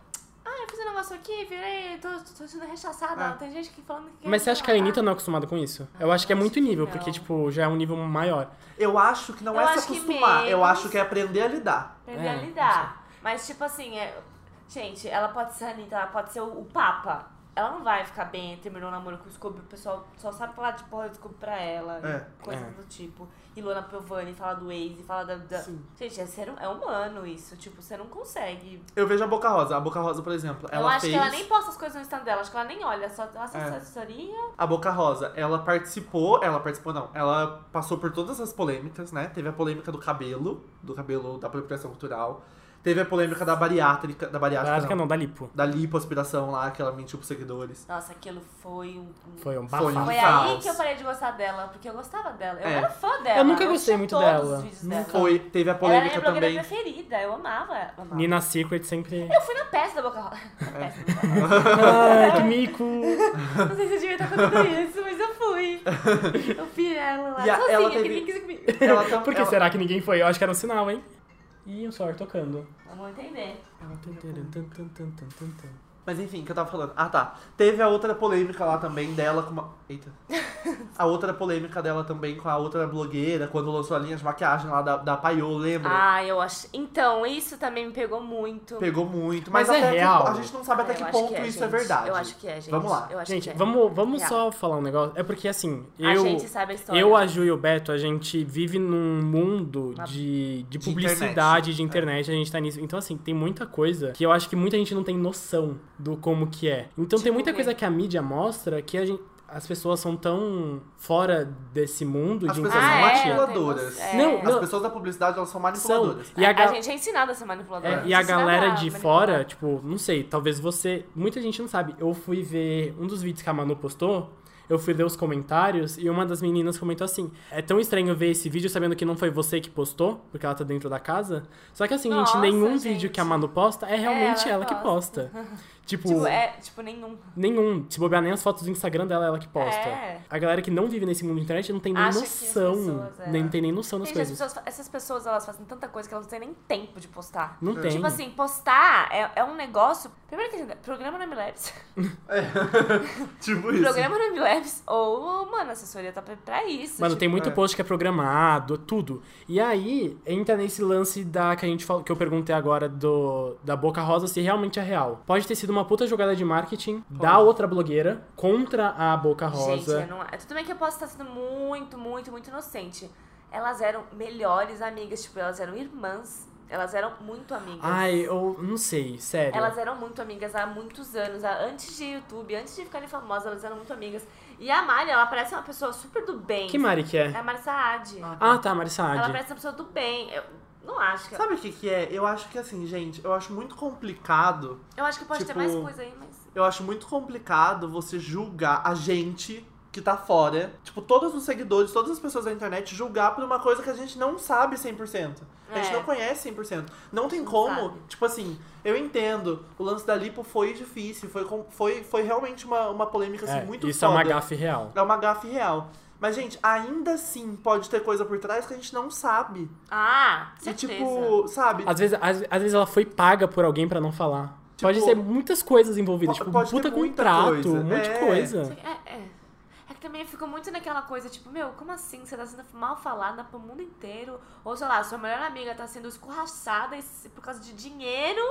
Speaker 2: ai, eu fiz um negócio aqui, virei, tô, tô sendo rechaçada.
Speaker 1: Ah.
Speaker 2: Tem gente que falando que.
Speaker 3: Mas você acha que a Anitta não é acostumada com isso? Eu acho que é
Speaker 2: Ah, acho
Speaker 3: muito
Speaker 2: que
Speaker 3: nível,
Speaker 2: não.
Speaker 3: porque, tipo, já é um nível maior.
Speaker 1: Eu acho que não
Speaker 2: Eu
Speaker 1: é
Speaker 2: acho
Speaker 1: se
Speaker 2: que
Speaker 1: acostumar, eu
Speaker 2: menos.
Speaker 1: acho que é aprender a lidar.
Speaker 2: Aprender
Speaker 3: É,
Speaker 2: a lidar. Mas, tipo assim, é... gente, ela pode ser a Anitta, ela pode ser o, o Papa. Ela não vai ficar bem, terminou o namoro com o Scooby, o pessoal só sabe falar de porra do Scooby pra ela, e
Speaker 1: É,
Speaker 2: coisas
Speaker 3: é.
Speaker 2: do tipo. E Lona Piovani fala do ex e fala da. da-
Speaker 1: Sim.
Speaker 2: Gente, é, ser, é humano isso, tipo, você não consegue.
Speaker 1: Eu vejo a Boca Rosa. A Boca Rosa, por exemplo,
Speaker 2: eu
Speaker 1: ela
Speaker 2: acho
Speaker 1: fez.
Speaker 2: que ela nem posta as coisas no stand dela, acho que ela nem olha, só ela só
Speaker 1: É.
Speaker 2: assessoria.
Speaker 1: A Boca Rosa, ela participou. Ela participou, não. Ela passou por todas as polêmicas, né? Teve a polêmica do cabelo, do cabelo da apropriação cultural. Teve a polêmica da bariátrica. Da bariátrica.
Speaker 3: Prática
Speaker 1: não.
Speaker 3: é não, da lipo.
Speaker 1: Da lipoaspiração lá, que ela mentiu pros seguidores.
Speaker 2: Nossa, aquilo foi um. um-
Speaker 3: Foi um
Speaker 1: Foi um
Speaker 3: bafo.
Speaker 2: Foi aí
Speaker 1: Caos.
Speaker 2: que eu parei de gostar dela, porque eu gostava dela. Eu
Speaker 1: É.
Speaker 2: era fã dela.
Speaker 3: Eu nunca
Speaker 2: eu
Speaker 3: gostei
Speaker 2: assistia
Speaker 3: muito
Speaker 2: todos
Speaker 3: dela.
Speaker 2: Os vídeos
Speaker 3: Nunca.
Speaker 2: dela.
Speaker 1: Foi, teve a
Speaker 2: Ela era
Speaker 1: polêmica
Speaker 2: minha blogueira
Speaker 1: também.
Speaker 2: preferida, eu amava. ela. amava.
Speaker 3: Nina É. Secret sempre.
Speaker 2: Eu fui na peça da Boca Rosa. Na peça da Boca
Speaker 3: Ai, que mico!
Speaker 2: Rosa. Não sei se eu devia estar contando isso, mas eu fui. Eu vi ela lá,
Speaker 1: E a-
Speaker 2: sozinha,
Speaker 1: ela
Speaker 2: que
Speaker 1: teve-
Speaker 2: ninguém quis ir comigo.
Speaker 1: Ela tam-
Speaker 3: Por que
Speaker 1: ela-
Speaker 3: será que ninguém foi? Eu acho que era um sinal, hein? Ih, o celular tocando.
Speaker 2: Vamos entender.
Speaker 1: Mas enfim, o que eu tava falando? Ah, tá. Teve a outra polêmica lá também dela com uma. Eita. A outra polêmica dela também com a outra blogueira, quando lançou a linha de maquiagem lá da, da Paiô, lembra?
Speaker 2: Ah, eu acho... Então, isso também me pegou muito.
Speaker 1: Pegou muito.
Speaker 3: Mas
Speaker 1: Mas,
Speaker 3: é
Speaker 1: até que-
Speaker 3: real.
Speaker 1: a gente não sabe até
Speaker 2: Ah, eu
Speaker 1: que
Speaker 2: acho
Speaker 1: ponto
Speaker 2: é,
Speaker 1: isso é
Speaker 2: gente.
Speaker 1: verdade.
Speaker 2: Eu acho que é, gente.
Speaker 1: Vamos lá.
Speaker 2: Eu acho
Speaker 3: Gente,
Speaker 2: que é.
Speaker 3: vamos, vamos
Speaker 2: Real.
Speaker 3: só falar um negócio. É porque assim, eu.
Speaker 2: A gente sabe a história.
Speaker 3: Eu, a Ju e o Beto, a gente vive num mundo
Speaker 2: Uma-
Speaker 3: de, de
Speaker 1: De
Speaker 3: publicidade,
Speaker 1: internet.
Speaker 3: de internet, a gente tá nisso. Então, assim, tem muita coisa que eu acho que muita gente não tem noção do como que é. Então, tem
Speaker 2: Tipo
Speaker 3: muita
Speaker 2: o quê?
Speaker 3: coisa que a mídia mostra que a gente- as pessoas são tão fora desse mundo
Speaker 1: As
Speaker 3: de
Speaker 1: pessoas são
Speaker 3: internet.
Speaker 2: é?
Speaker 1: manipuladoras.
Speaker 2: É.
Speaker 3: Não,
Speaker 1: As pessoas da publicidade, elas são
Speaker 3: são.
Speaker 1: manipuladoras.
Speaker 3: E a, ga-
Speaker 2: A gente é ensinado a ser manipuladora.
Speaker 3: é, e a
Speaker 2: gente é
Speaker 3: galera
Speaker 2: ensinada a
Speaker 3: de
Speaker 2: manipular.
Speaker 3: fora, tipo, não sei, talvez você. Muita gente não sabe. Eu fui ver um dos vídeos que a Manu postou. eu fui ler os comentários e uma das meninas comentou assim: É tão estranho ver esse vídeo sabendo que não foi você que postou, porque ela tá dentro da casa. Só que assim,
Speaker 2: Nossa,
Speaker 3: gente, nenhum
Speaker 2: gente.
Speaker 3: vídeo que a Manu posta é realmente
Speaker 2: ela
Speaker 3: ela,
Speaker 2: que
Speaker 3: que posta. tipo,
Speaker 2: Tipo, é, tipo, nenhum.
Speaker 3: nenhum. Se bobear nem as fotos do Instagram dela, é ela que posta.
Speaker 2: É.
Speaker 3: A galera que não vive nesse mundo de internet não tem nem
Speaker 2: Acha que as
Speaker 3: noção.
Speaker 2: pessoas, é.
Speaker 3: Nem tem nem noção das
Speaker 2: Gente, as
Speaker 3: coisas.
Speaker 2: pessoas, essas pessoas, elas fazem tanta coisa que elas não têm nem tempo de postar.
Speaker 3: Não tem.
Speaker 2: Tipo assim, postar é, é um negócio. Primeiro que programa na Milabs.
Speaker 1: tipo isso.
Speaker 2: programa na Milabs ou, mano, a assessoria tá pra, pra isso.
Speaker 3: Mano,
Speaker 2: tipo,
Speaker 3: tem muito
Speaker 1: é.
Speaker 3: post que é programado, tudo. E aí, entra nesse lance da que a gente falou, que eu perguntei agora do da Boca Rosa se realmente é real. Pode ter sido uma puta jogada de marketing da outra blogueira contra a Boca
Speaker 2: Gente,
Speaker 1: é
Speaker 3: Rosa.
Speaker 2: eu não... é, tudo bem que eu posso estar sendo muito, muito, muito inocente. Elas eram melhores amigas, tipo, elas eram irmãs. Elas eram muito amigas.
Speaker 3: Ai, eu não sei, sério.
Speaker 2: Elas eram muito amigas há muitos anos, há- antes de YouTube, antes de ficarem famosas, elas eram muito amigas. E a Mari, ela parece uma pessoa super do bem.
Speaker 3: Que Mari que
Speaker 2: É
Speaker 3: é?
Speaker 2: a Mari Saad.
Speaker 3: Ah, tá, Mari
Speaker 2: Ela
Speaker 3: Saad.
Speaker 2: parece uma pessoa do bem. Eu não acho que.
Speaker 1: Sabe o que que é? Eu acho que assim, gente, eu acho muito complicado.
Speaker 2: Eu acho que pode ter
Speaker 1: Tipo-
Speaker 2: mais coisa aí, mas.
Speaker 1: Eu acho muito complicado você julgar a gente que tá fora. Tipo, todos os seguidores, todas as pessoas da internet julgar por uma coisa que a gente não sabe 100%. A gente
Speaker 2: É.
Speaker 1: não conhece 100%. Não tem
Speaker 2: Não
Speaker 1: como,
Speaker 2: sabe.
Speaker 1: tipo assim, eu entendo, o lance da lipo foi difícil, foi, com- foi, foi realmente uma, uma polêmica assim,
Speaker 3: É,
Speaker 1: muito
Speaker 3: isso
Speaker 1: foda.
Speaker 3: é uma gafe real.
Speaker 1: É uma gafe real. Mas, gente, ainda assim pode ter coisa por trás que a gente não sabe.
Speaker 2: Ah,
Speaker 1: E,
Speaker 2: certeza.
Speaker 1: tipo, sabe?
Speaker 3: Às vezes, às, às vezes ela foi paga por alguém pra não falar.
Speaker 1: Tipo,
Speaker 3: pode ser muitas coisas envolvidas,
Speaker 1: po-
Speaker 3: tipo,
Speaker 1: pode ter
Speaker 3: puta
Speaker 1: muita
Speaker 3: contrato,
Speaker 1: coisa,
Speaker 3: um monte
Speaker 1: é.
Speaker 3: de coisa.
Speaker 2: É, é. É que também ficou muito naquela coisa, tipo, meu, como assim? Você tá sendo mal falada pro mundo inteiro? Ou sei lá, sua melhor amiga tá sendo escorraçada e- por causa de dinheiro,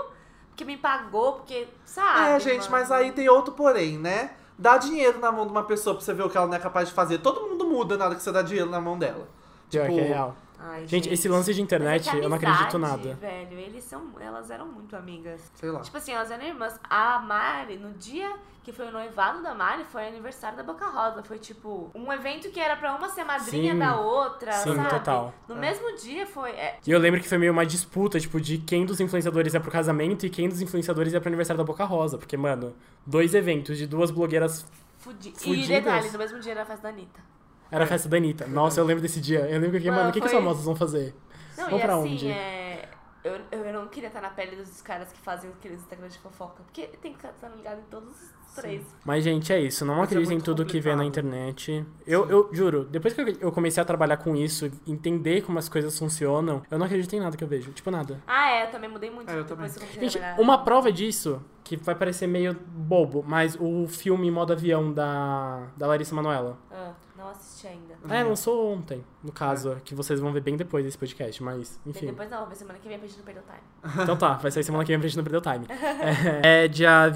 Speaker 2: porque me pagou, porque. Sabe?
Speaker 1: É, gente,
Speaker 2: mano?
Speaker 1: mas aí tem outro porém, né? Dá dinheiro na mão de uma pessoa pra você ver o que ela não é capaz de fazer. Todo mundo muda na hora que você dá dinheiro na mão dela.
Speaker 3: Pior
Speaker 1: Tipo,
Speaker 3: que é real.
Speaker 2: Ai,
Speaker 3: Gente, esse lance de internet,
Speaker 2: Mas é que
Speaker 3: eu não acredito
Speaker 2: amizade,
Speaker 3: nada.
Speaker 2: Velho, eles são, elas eram muito amigas.
Speaker 1: Sei lá.
Speaker 2: Tipo assim, elas eram irmãs. A Mari, no dia que foi o noivado da Mari, foi aniversário da Boca Rosa. Foi tipo um evento que era pra uma ser madrinha
Speaker 3: Sim.
Speaker 2: da outra,
Speaker 3: Sim,
Speaker 2: sabe?
Speaker 3: total.
Speaker 1: É.
Speaker 2: No mesmo dia foi. é,
Speaker 3: E eu lembro que foi meio uma disputa, tipo, de quem dos influenciadores é pro casamento e quem dos influenciadores é pro aniversário da Boca Rosa. Porque, mano, dois eventos de duas blogueiras.
Speaker 2: fudi- E
Speaker 3: Fudidas.
Speaker 2: detalhe, no mesmo dia era a festa da Anitta.
Speaker 3: Era a festa da Anitta. Nossa, eu lembro desse dia. Eu lembro que eu fiquei,
Speaker 2: Mano,
Speaker 3: mano, o que, que os
Speaker 2: foi-
Speaker 3: famosos vão fazer?
Speaker 2: Não,
Speaker 3: Vão
Speaker 2: e
Speaker 3: pra
Speaker 2: assim,
Speaker 3: onde?
Speaker 2: é. Eu, eu não queria estar na pele dos caras que fazem aqueles Instagram de fofoca. Porque tem que estar ligado em todos os três.
Speaker 3: Mas, gente, é isso. Não
Speaker 1: Mas é
Speaker 3: acreditem em
Speaker 1: muito
Speaker 3: tudo que vê na
Speaker 1: complicado.
Speaker 3: internet. Eu, eu juro, depois que eu- eu comecei a trabalhar com isso, entender como as coisas funcionam, eu não acredito em nada que eu vejo. Tipo, nada.
Speaker 2: Ah, é, eu também mudei muito
Speaker 1: É, eu
Speaker 2: depois que eu comecei a
Speaker 3: Gente,
Speaker 2: trabalhar.
Speaker 3: uma prova disso, que vai parecer meio bobo, mas o filme Modo Avião da, da Larissa Manoela.
Speaker 2: Ah, não assisti ainda.
Speaker 3: É, lançou ontem, no caso, que vocês vão ver bem depois desse podcast, mas
Speaker 2: É. Bem,
Speaker 3: enfim.
Speaker 2: Depois não, vai semana que vem pra gente não perder o time.
Speaker 3: Então tá, vai sair semana que vem pra gente não perder o time. É, é, dia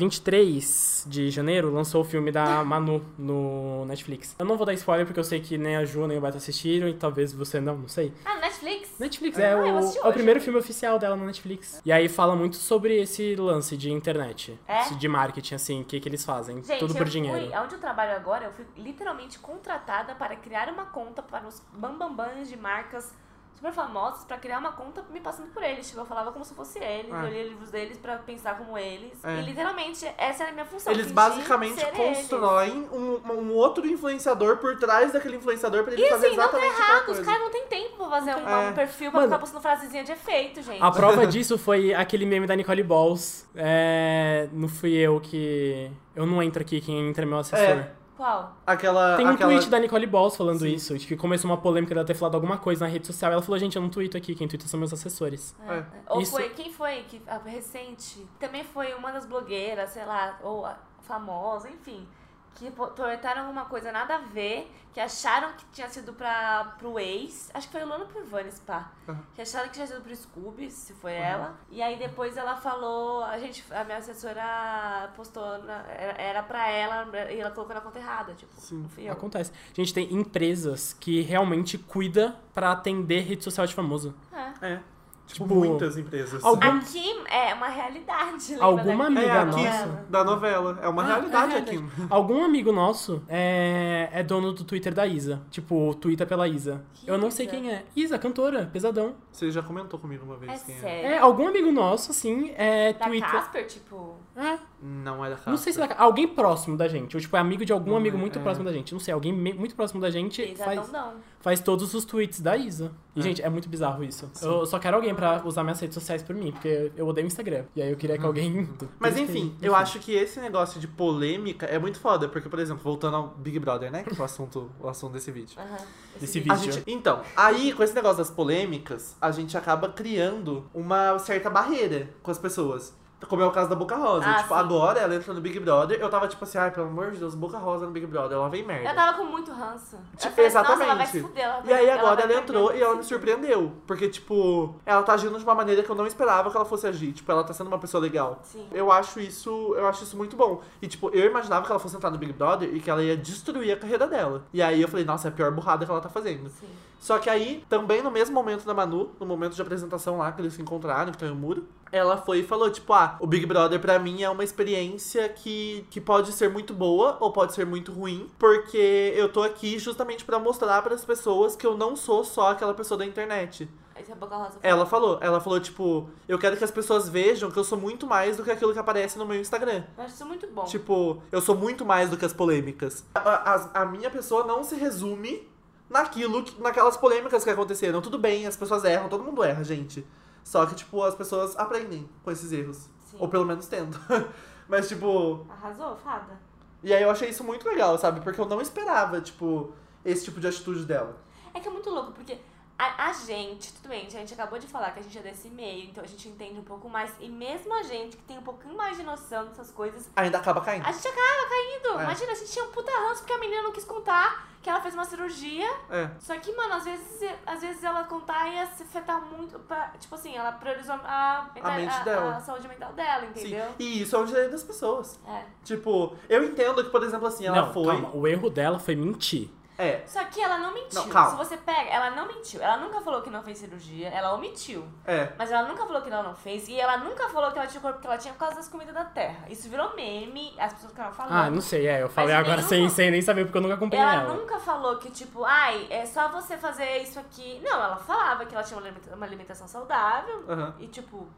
Speaker 3: 23 de janeiro lançou o filme da Manu no Netflix. Eu não vou dar spoiler porque eu sei que nem a Ju nem o Beto assistiram e talvez você não, não sei.
Speaker 2: Ah, Netflix?
Speaker 3: Netflix,
Speaker 2: Ah,
Speaker 3: é,
Speaker 2: eu
Speaker 3: o,
Speaker 2: assisti
Speaker 3: é
Speaker 2: hoje.
Speaker 3: o primeiro filme oficial dela na Netflix. E aí fala muito sobre esse lance de internet.
Speaker 2: É?
Speaker 3: isso De marketing, assim, o que, que eles fazem.
Speaker 2: Gente, é
Speaker 3: tudo
Speaker 2: eu
Speaker 3: por
Speaker 2: fui-
Speaker 3: dinheiro.
Speaker 2: onde eu trabalho agora, eu fui literalmente contratada para criar uma conta para os bambambãs de marcas super famosas, para criar uma conta me passando por eles. Tipo, eu falava como se fosse eles,
Speaker 1: É.
Speaker 2: eu lia livros deles para pensar como eles.
Speaker 1: É.
Speaker 2: E literalmente, essa era a minha função.
Speaker 1: Eles
Speaker 2: fingir
Speaker 1: basicamente
Speaker 2: ser eles.
Speaker 1: constroem um, um outro influenciador por trás daquele influenciador pra ele fazer
Speaker 2: assim, não tá
Speaker 1: exatamente a mesma
Speaker 2: errado, os
Speaker 1: coisa.
Speaker 2: caras não tem tempo pra fazer um,
Speaker 1: É.
Speaker 2: um perfil pra
Speaker 3: Mano,
Speaker 2: ficar postando frasezinha de efeito, gente.
Speaker 3: A prova disso foi aquele meme da Nicole Balls. É, não fui eu que. Eu não entro aqui, quem entra é meu assessor.
Speaker 1: É.
Speaker 2: Qual?
Speaker 1: Aquela,
Speaker 3: Tem um
Speaker 1: É, aquela...
Speaker 3: tweet da Nicole Balls falando
Speaker 1: Sim.
Speaker 3: isso, de que começou uma polêmica dela ter falado alguma coisa na rede social. Ela falou, gente, eu não tweeto aqui, quem twitta são meus assessores.
Speaker 1: É.
Speaker 2: Ou
Speaker 3: Isso-
Speaker 2: foi, quem foi que a recente? Também foi uma das blogueiras, sei lá, ou a famosa, enfim. Que po- comentaram alguma coisa nada a ver, que acharam que tinha sido pra, pro ex. Acho que foi o Lona Pivanes, pá.
Speaker 1: Aham.
Speaker 2: Que acharam que tinha sido pro Scooby, se foi ela. E aí depois ela falou, a gente, a minha assessora postou, na- era, era pra ela, e ela colocou na conta errada, tipo,
Speaker 1: Sim.
Speaker 2: não fui eu.
Speaker 3: Acontece. Gente, tem empresas que realmente cuida pra atender rede social de famoso.
Speaker 2: É.
Speaker 1: É. Tipo,
Speaker 3: Tipo,
Speaker 1: muitas empresas.
Speaker 3: algum-
Speaker 2: Aqui é uma realidade. lembra
Speaker 3: Alguma
Speaker 2: daquela
Speaker 3: amiga
Speaker 1: É aqui
Speaker 3: nossa.
Speaker 1: da novela. É uma
Speaker 3: Ah,
Speaker 1: realidade
Speaker 3: é
Speaker 1: aqui.
Speaker 3: Algum amigo nosso é, é dono do Twitter da Isa. Tipo, Twitter pela Isa.
Speaker 2: Que
Speaker 3: Eu não sei
Speaker 2: Isa?
Speaker 3: quem é. Isa, cantora, pesadão.
Speaker 1: Você já comentou comigo uma vez
Speaker 2: É
Speaker 1: quem
Speaker 2: sério.
Speaker 3: É, algum amigo nosso, assim, é
Speaker 2: Da
Speaker 3: Twitter.
Speaker 2: Casper, tipo.
Speaker 3: É,
Speaker 1: Não é da casa.
Speaker 3: não sei se é da- alguém próximo da gente. Ou, tipo, é amigo de algum
Speaker 1: Não
Speaker 3: amigo
Speaker 1: é,
Speaker 3: muito
Speaker 1: é.
Speaker 3: próximo da gente. Não sei, alguém me- muito próximo da gente
Speaker 2: Fez Adão
Speaker 3: faz,
Speaker 2: não.
Speaker 3: faz todos os tweets da Isa. E,
Speaker 1: É.
Speaker 3: gente, é muito bizarro isso.
Speaker 1: Sim.
Speaker 3: Eu só quero alguém pra usar minhas redes sociais por mim, porque eu odeio o Instagram. E aí eu queria que
Speaker 1: Uhum.
Speaker 3: alguém.
Speaker 1: Mas enfim, eu acho que esse negócio de polêmica é muito foda, porque, por exemplo, voltando ao Big Brother, né? Que é o assunto, o assunto desse vídeo.
Speaker 2: Aham.
Speaker 3: Esse
Speaker 1: A
Speaker 3: vídeo.
Speaker 1: gente- então, aí com esse negócio das polêmicas, a gente acaba criando uma certa barreira com as pessoas. Como é o caso da Boca Rosa.
Speaker 2: Ah,
Speaker 1: tipo,
Speaker 2: sim.
Speaker 1: agora ela entra no Big Brother, eu tava tipo assim, ai, pelo amor de Deus, Boca Rosa no Big Brother, ela vem merda.
Speaker 2: Eu tava com muito ranço. Eu
Speaker 1: Tipo,
Speaker 2: falei, Nossa, ela vai
Speaker 1: exatamente.
Speaker 2: se fuder. Ela
Speaker 1: E aí
Speaker 2: vai-
Speaker 1: agora ela
Speaker 2: vai perder
Speaker 1: entrou e ela me
Speaker 2: esse-
Speaker 1: surpreendeu. Porque, tipo, ela tá agindo de uma maneira que eu não esperava que ela fosse agir. Tipo, ela tá sendo uma pessoa legal.
Speaker 2: Sim.
Speaker 1: Eu acho isso, eu acho isso muito bom. E tipo, eu imaginava que ela fosse entrar no Big Brother e que ela ia destruir a carreira dela. E aí eu falei, nossa, é a pior burrada que ela tá fazendo.
Speaker 2: Sim.
Speaker 1: Só que aí, também no mesmo momento da Manu, no momento de apresentação lá que eles se encontraram, que tem o muro, ela foi e falou, tipo, ah, o Big Brother pra mim é uma experiência que, que pode ser muito boa ou pode ser muito ruim, porque eu tô aqui justamente pra mostrar pras pessoas que eu não sou só aquela pessoa da internet.
Speaker 2: Esse é a Boca Rosa.
Speaker 1: Ela falou, ela falou, tipo, eu quero que as pessoas vejam que eu sou muito mais do que aquilo que aparece no meu Instagram.
Speaker 2: Eu acho isso muito bom.
Speaker 1: Tipo, eu sou muito mais do que as polêmicas. A, a- a minha pessoa não se resume naquilo, que- naquelas polêmicas que aconteceram. Tudo bem, as pessoas erram, todo mundo erra, gente. Só que, tipo, as pessoas aprendem com esses erros.
Speaker 2: Sim.
Speaker 1: Ou pelo menos tentam. Mas, tipo,
Speaker 2: Arrasou, fada.
Speaker 1: e aí eu achei isso muito legal, sabe? Porque eu não esperava, tipo, esse tipo de atitude dela.
Speaker 2: É que é muito louco, porque a, a gente, tudo bem, a gente acabou de falar que a gente é desse meio, então a gente entende um pouco mais. E mesmo a gente que tem um pouquinho mais de noção dessas coisas,
Speaker 1: Ainda acaba caindo.
Speaker 2: a gente acaba caindo.
Speaker 1: É.
Speaker 2: Imagina, a gente tinha um puta ranço porque a menina não quis contar que ela fez uma cirurgia.
Speaker 1: É.
Speaker 2: Só que, mano, às vezes, às vezes ela contar ia se afetar muito. pra- tipo assim, ela priorizou a,
Speaker 1: A mente dela.
Speaker 2: a saúde mental dela,
Speaker 1: Sim.
Speaker 2: entendeu?
Speaker 1: E isso é um direito das pessoas.
Speaker 2: É.
Speaker 1: Tipo, eu entendo que, por exemplo, assim, ela
Speaker 3: não,
Speaker 1: foi.
Speaker 3: calma. O erro dela foi mentir.
Speaker 1: É.
Speaker 2: Só que ela não mentiu.
Speaker 1: Não, calma.
Speaker 2: Se você pega, ela não mentiu. Ela nunca falou que não fez cirurgia, ela omitiu.
Speaker 1: É.
Speaker 2: Mas ela nunca falou que ela não fez e ela nunca falou que ela tinha o corpo que ela tinha por causa das comidas da terra. Isso virou meme, as pessoas ficaram
Speaker 3: Ah,
Speaker 2: falando.
Speaker 3: não sei, é. Eu falei
Speaker 2: Mas
Speaker 3: agora sem,
Speaker 2: nenhuma-
Speaker 3: sem nem saber, porque eu nunca acompanhei
Speaker 2: ela,
Speaker 3: ela.
Speaker 2: nunca falou que, tipo, ai, é só você fazer isso aqui. Não, ela falava que ela tinha uma alimenta- uma alimentação saudável
Speaker 1: Aham.
Speaker 2: e, tipo,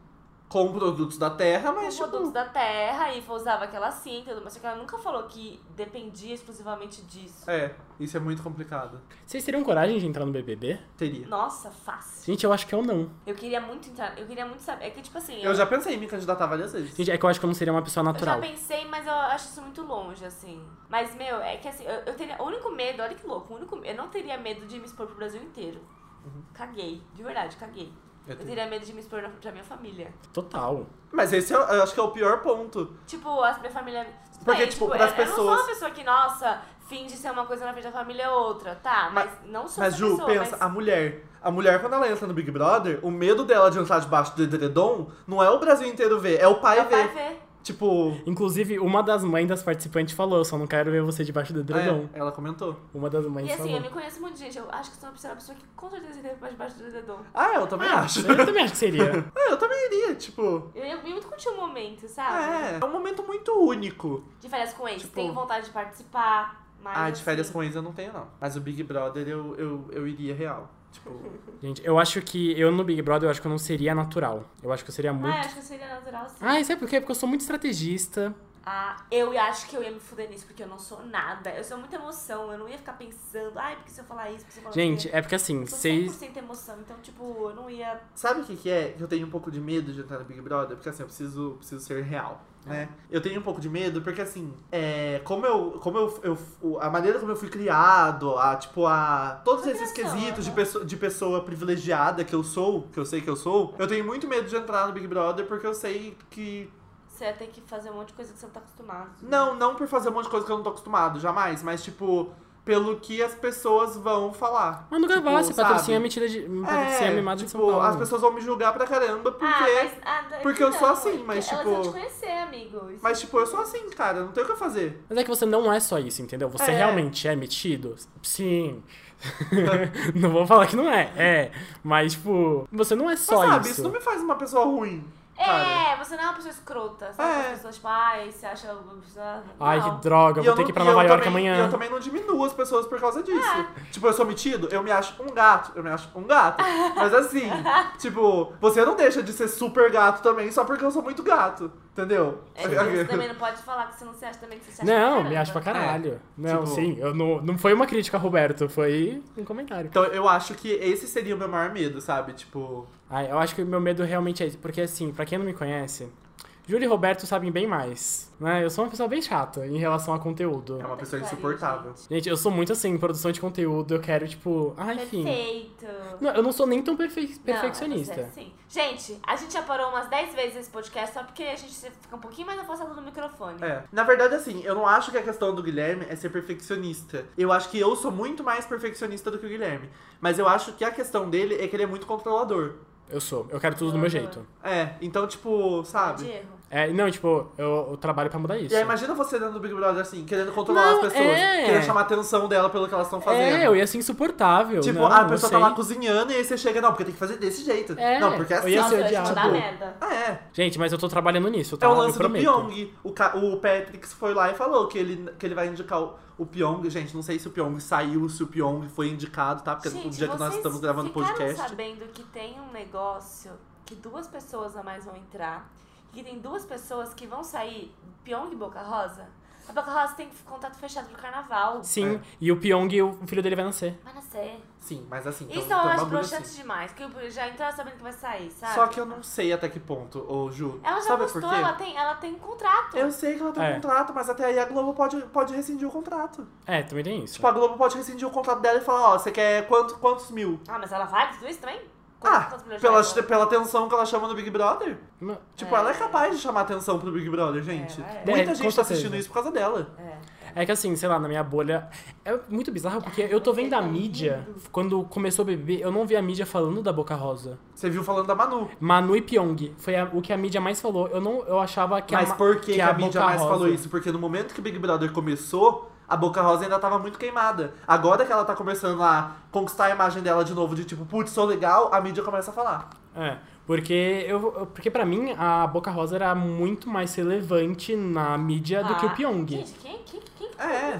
Speaker 1: Com produtos da terra,
Speaker 2: com
Speaker 1: mas. tipo,
Speaker 2: produtos da terra e usava aquela assim, tudo, mas só que ela nunca falou que dependia exclusivamente disso.
Speaker 1: É, isso é muito complicado.
Speaker 3: Vocês teriam coragem de entrar no BBB?
Speaker 1: Teria.
Speaker 2: Nossa, fácil.
Speaker 3: Gente, eu acho que eu não.
Speaker 2: Eu queria muito entrar, eu queria muito saber. É que, tipo assim,
Speaker 1: Eu já pensei em me candidatar várias vezes.
Speaker 3: Gente, é que eu acho que eu não seria uma pessoa
Speaker 2: Eu já
Speaker 3: natural.
Speaker 2: pensei, mas eu acho isso muito longe, assim. Mas, meu, é que assim, eu, eu teria. O único medo, olha que louco, o único, eu não teria medo de me expor pro Brasil inteiro. Caguei, de verdade, caguei.
Speaker 1: Uhum. Eu
Speaker 2: Eu,
Speaker 1: tenho.
Speaker 2: teria medo de me expor na- pra minha família.
Speaker 3: Total.
Speaker 1: Mas esse eu, eu acho que é o pior ponto.
Speaker 2: Tipo, as minha família. tudo
Speaker 1: Porque,
Speaker 2: bem,
Speaker 1: tipo, pras
Speaker 2: eu, eu não sou
Speaker 1: pessoas-
Speaker 2: uma pessoa que, nossa, finge ser uma coisa na frente da família é outra, tá? Mas, não sou
Speaker 1: Mas,
Speaker 2: essa
Speaker 1: Ju,
Speaker 2: pessoa.
Speaker 1: pensa,
Speaker 2: mas...
Speaker 1: a mulher. A mulher, quando ela entra no Big Brother, o medo dela de entrar debaixo do edredom não é o Brasil inteiro ver, é o pai
Speaker 2: Meu pai
Speaker 1: ver.
Speaker 2: vê.
Speaker 1: Tipo.
Speaker 3: Inclusive, uma das mães das participantes falou: eu só não quero ver você debaixo do edredom.
Speaker 1: é, ela comentou.
Speaker 3: Uma das mães
Speaker 2: E assim, eu
Speaker 3: falou.
Speaker 2: me conheço muito, gente. Eu acho que sou uma pessoa, uma pessoa que com certeza teve mais debaixo do dedão.
Speaker 1: Ah, eu também acho.
Speaker 3: Eu também acho que seria.
Speaker 1: Ah, eu também iria, tipo.
Speaker 2: Eu ia muito curtir o momento, sabe?
Speaker 1: É, é um momento muito único.
Speaker 2: De férias com ex,
Speaker 1: Tipo-
Speaker 2: tem vontade de participar, mas.
Speaker 1: ah, de férias
Speaker 2: assim,
Speaker 1: com eles eu não tenho, não. Mas o Big Brother eu, eu, eu iria real. Tipo,
Speaker 3: Gente, eu acho que eu no Big Brother, eu acho que eu não seria natural. Eu acho que eu seria
Speaker 2: Ah, eu
Speaker 3: muito.
Speaker 2: acho que seria natural sim.
Speaker 3: Ah, e sabe por quê? Porque eu sou muito estrategista.
Speaker 2: Ah, eu acho que eu ia me fuder nisso, porque eu não sou nada. Eu sou muita emoção, eu não ia ficar pensando, ai, porque se eu falar isso, porque se eu falar
Speaker 3: Gente,
Speaker 2: aquilo?"
Speaker 3: é porque assim,
Speaker 2: eu sou
Speaker 3: vocês.
Speaker 2: 100% emoção, então, tipo, eu não ia.
Speaker 1: Sabe o que, que é? Que eu tenho um pouco de medo de entrar no Big Brother? Porque assim, eu preciso, preciso ser real, né?
Speaker 2: É.
Speaker 1: Eu tenho um pouco de medo porque assim, é, como eu. Como eu, eu- o- a maneira como eu fui criado, a, tipo, a. Todos
Speaker 2: Sua
Speaker 1: esses
Speaker 2: criação,
Speaker 1: quesitos de
Speaker 2: né?
Speaker 1: pessoa, de pessoa privilegiada que eu sou, que eu sei que eu sou, eu tenho muito medo de entrar no Big Brother porque eu sei que.
Speaker 2: Você ia ter que fazer um monte de coisa que você não tá acostumado.
Speaker 1: Não, não por fazer um monte de coisa que eu não tô acostumado, jamais, mas tipo. pelo que as pessoas vão falar.
Speaker 3: Mano,
Speaker 1: Tipo,
Speaker 3: Gavassi,
Speaker 1: sabe? É,
Speaker 3: patrocinha mentira Um de. Patrocinha mimada de São
Speaker 1: tipo,
Speaker 3: Paulo.
Speaker 1: as pessoas vão me julgar pra caramba porque.
Speaker 2: Ah, mas, ah, não,
Speaker 1: porque eu
Speaker 2: não,
Speaker 1: sou assim, mas,
Speaker 2: elas
Speaker 1: tipo-
Speaker 2: vão te conhecer, amigo. Isso-
Speaker 1: Mas, tipo, eu sou assim, cara, não tem o que eu fazer.
Speaker 3: Mas é que você não é só isso, entendeu? Você
Speaker 1: É.
Speaker 3: realmente é metido? Sim. não vou falar que não é. É. Mas, tipo, você não é
Speaker 1: Mas,
Speaker 3: só
Speaker 1: sabe, isso.
Speaker 3: isso.
Speaker 1: não me faz uma pessoa ruim. Cara.
Speaker 2: É, você não é uma pessoa escrota. Sabe?
Speaker 1: É.
Speaker 2: As pessoas, tipo, ai, você acha uma pessoa.
Speaker 3: Ai,
Speaker 2: Não.
Speaker 3: que droga,
Speaker 1: E
Speaker 3: vou
Speaker 1: eu
Speaker 3: ter
Speaker 1: não-
Speaker 3: que ir pra
Speaker 1: e
Speaker 3: Nova
Speaker 1: eu
Speaker 3: York
Speaker 1: também- E eu
Speaker 3: amanhã.
Speaker 1: também não diminuo as pessoas por causa disso.
Speaker 2: Ah.
Speaker 1: Tipo, eu sou metido, eu me acho um gato, eu me acho um gato. Mas assim, tipo, você não deixa de ser super gato também só porque eu sou muito gato, entendeu?
Speaker 2: É, você também não pode falar que você não se acha também que você se acha.
Speaker 3: Não,
Speaker 2: caramba.
Speaker 3: me acho pra caralho. Não,
Speaker 1: Tipo-
Speaker 3: sim, eu não, não foi uma crítica, Roberto, foi um comentário.
Speaker 1: Então eu acho que esse seria o meu maior medo, sabe? Tipo,
Speaker 3: Ai, eu acho que o meu medo realmente é isso, porque assim, pra quem não me conhece, Júlio e Roberto sabem bem mais, né? Eu sou uma pessoa bem chata em relação a conteúdo.
Speaker 1: é uma
Speaker 2: Puta
Speaker 1: pessoa
Speaker 2: que pariu,
Speaker 1: insuportável.
Speaker 2: gente.
Speaker 3: Gente, eu sou muito assim, em produção de conteúdo, eu quero, tipo, ah, enfim.
Speaker 2: Perfeito.
Speaker 3: Não, eu não sou nem tão perfe-
Speaker 2: Não,
Speaker 3: perfeccionista.
Speaker 2: é você, sim. Gente, a gente já parou umas 10 vezes esse podcast só porque a gente fica um pouquinho mais afastado do microfone.
Speaker 1: É. Na verdade, assim, eu não acho que a questão do Guilherme é ser perfeccionista. Eu acho que eu sou muito mais perfeccionista do que o Guilherme. Mas eu acho que a questão dele é que ele é muito controlador.
Speaker 3: Eu sou, eu quero tudo do
Speaker 2: Uhum.
Speaker 3: meu jeito.
Speaker 1: É, então, tipo,
Speaker 2: De
Speaker 1: sabe?
Speaker 2: erro.
Speaker 3: É, não, tipo, eu, eu trabalho pra mudar isso.
Speaker 1: E aí, imagina você dentro do Big Brother, assim, querendo controlar
Speaker 3: Não,
Speaker 1: as pessoas,
Speaker 3: é.
Speaker 1: querendo chamar a atenção dela pelo que elas estão tá fazendo.
Speaker 3: É, eu ia ser insuportável.
Speaker 1: Tipo,
Speaker 3: não,
Speaker 1: ah, a
Speaker 3: eu
Speaker 1: pessoa
Speaker 3: sei.
Speaker 1: tá lá cozinhando e aí você chega, não, porque tem que fazer desse jeito.
Speaker 3: É,
Speaker 1: não, porque é
Speaker 3: eu
Speaker 1: assim.
Speaker 3: ia
Speaker 2: Nossa,
Speaker 3: ser
Speaker 2: eu ia te
Speaker 3: odiado.
Speaker 2: mandar merda.
Speaker 1: É.
Speaker 3: Gente, mas eu tô trabalhando nisso, tá?
Speaker 1: É o
Speaker 3: eu
Speaker 1: lance do
Speaker 3: prometo.
Speaker 1: Pyong. O, ca- o Patrick foi lá e falou que ele, que ele vai indicar o, o Pyong. Gente, não sei se o Pyong saiu, se o Pyong foi indicado, tá? Porque
Speaker 2: Gente,
Speaker 1: o dia que nós
Speaker 2: vocês
Speaker 1: estamos gravando o
Speaker 2: ficaram
Speaker 1: podcast.
Speaker 2: sabendo que tem um negócio que duas pessoas a mais vão entrar e que tem duas pessoas que vão sair, Pyong e Boca Rosa? A Boca Rosa tem contato fechado pro carnaval.
Speaker 3: Sim,
Speaker 1: É.
Speaker 3: e o Pyong, o filho dele vai nascer.
Speaker 2: Vai nascer.
Speaker 1: Sim, mas assim, então,
Speaker 2: Isso eu
Speaker 1: então,
Speaker 2: acho
Speaker 1: bagulho
Speaker 2: broxante
Speaker 1: assim.
Speaker 2: demais, que já entrou sabendo que vai sair, sabe?
Speaker 1: Só que eu não sei até que ponto, ô Ju.
Speaker 2: Ela já
Speaker 1: sabe
Speaker 2: postou,
Speaker 1: por quê?
Speaker 2: ela tem, ela tem um contrato.
Speaker 1: Eu sei que ela tem um
Speaker 3: É.
Speaker 1: contrato, mas até aí a Globo pode, pode rescindir o contrato.
Speaker 3: É, também tem isso.
Speaker 1: Tipo, a Globo pode rescindir o contrato dela e falar, ó, você quer quanto, quantos mil?
Speaker 2: Ah, mas ela vale tudo isso também?
Speaker 1: Ah,
Speaker 2: milhões de
Speaker 1: Pela,
Speaker 2: reais ela-
Speaker 1: pela atenção que ela chama no Big Brother?
Speaker 3: Ma-
Speaker 1: Tipo,
Speaker 2: É.
Speaker 1: ela é capaz de chamar atenção pro Big Brother, gente.
Speaker 2: É, é.
Speaker 3: É,
Speaker 1: Muita
Speaker 3: com
Speaker 1: gente tá
Speaker 3: certeza.
Speaker 1: assistindo isso por causa dela.
Speaker 2: É.
Speaker 3: É que assim, sei lá, na minha bolha. É muito bizarro porque eu tô vendo a mídia. Quando começou o BBB, eu não vi a mídia falando da Boca Rosa.
Speaker 1: Você viu falando da Manu.
Speaker 3: Manu e Pyong foi a- o que a mídia mais falou. Eu não, eu achava que é
Speaker 1: Mas
Speaker 3: a, Ma-
Speaker 1: por que, que a, mídia
Speaker 3: Boca
Speaker 1: mais
Speaker 3: Rosa-
Speaker 1: falou isso? Porque no momento que o Big Brother começou, a Boca Rosa ainda tava muito queimada. Agora que ela tá começando a conquistar a imagem dela de novo, de tipo, putz, sou legal, a mídia começa a falar.
Speaker 3: É, porque eu, eu- porque para mim a Boca Rosa era muito mais relevante na mídia do que o
Speaker 2: Ah,
Speaker 3: Pyong. Gente.
Speaker 2: Gente, quem, quem, quem?
Speaker 1: É,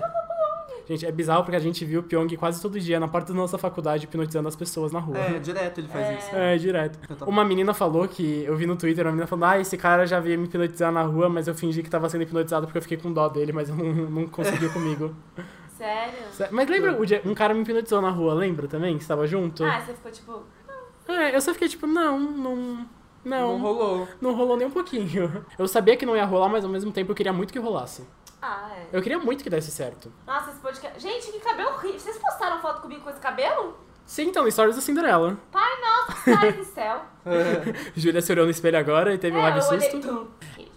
Speaker 3: é bizarro porque a gente viu o Pyong quase todo dia na porta da nossa faculdade hipnotizando as pessoas na rua.
Speaker 1: é, direto ele faz isso.
Speaker 3: É, direto.
Speaker 1: Eu também.
Speaker 3: Uma menina falou que. Eu vi no Twitter, uma menina falando: Ah, esse cara já veio me hipnotizar na rua, mas eu fingi que tava sendo hipnotizado porque eu fiquei com dó dele, mas eu não, não conseguiu comigo.
Speaker 2: Sério?
Speaker 3: Sé- Mas lembra, o dia- um cara me hipnotizou na rua, lembra também? Que estava junto?
Speaker 2: Ah, você ficou tipo.
Speaker 3: É, eu só fiquei tipo: Não, não. Não,
Speaker 1: Não rolou.
Speaker 3: não rolou nem um pouquinho. Eu sabia que não ia rolar, mas ao mesmo tempo eu queria muito que rolasse.
Speaker 2: Ah, é.
Speaker 3: Eu queria muito que desse certo.
Speaker 2: Nossa, esse podcast. Gente, que cabelo horrível. Vocês postaram foto comigo com esse cabelo?
Speaker 3: Sim, então, histórias da Cinderela.
Speaker 2: Pai nosso, sai do céu.
Speaker 3: Júlia se olhou no espelho agora e teve um
Speaker 2: É,
Speaker 3: leve
Speaker 2: eu olhei
Speaker 3: susto.
Speaker 2: tudo.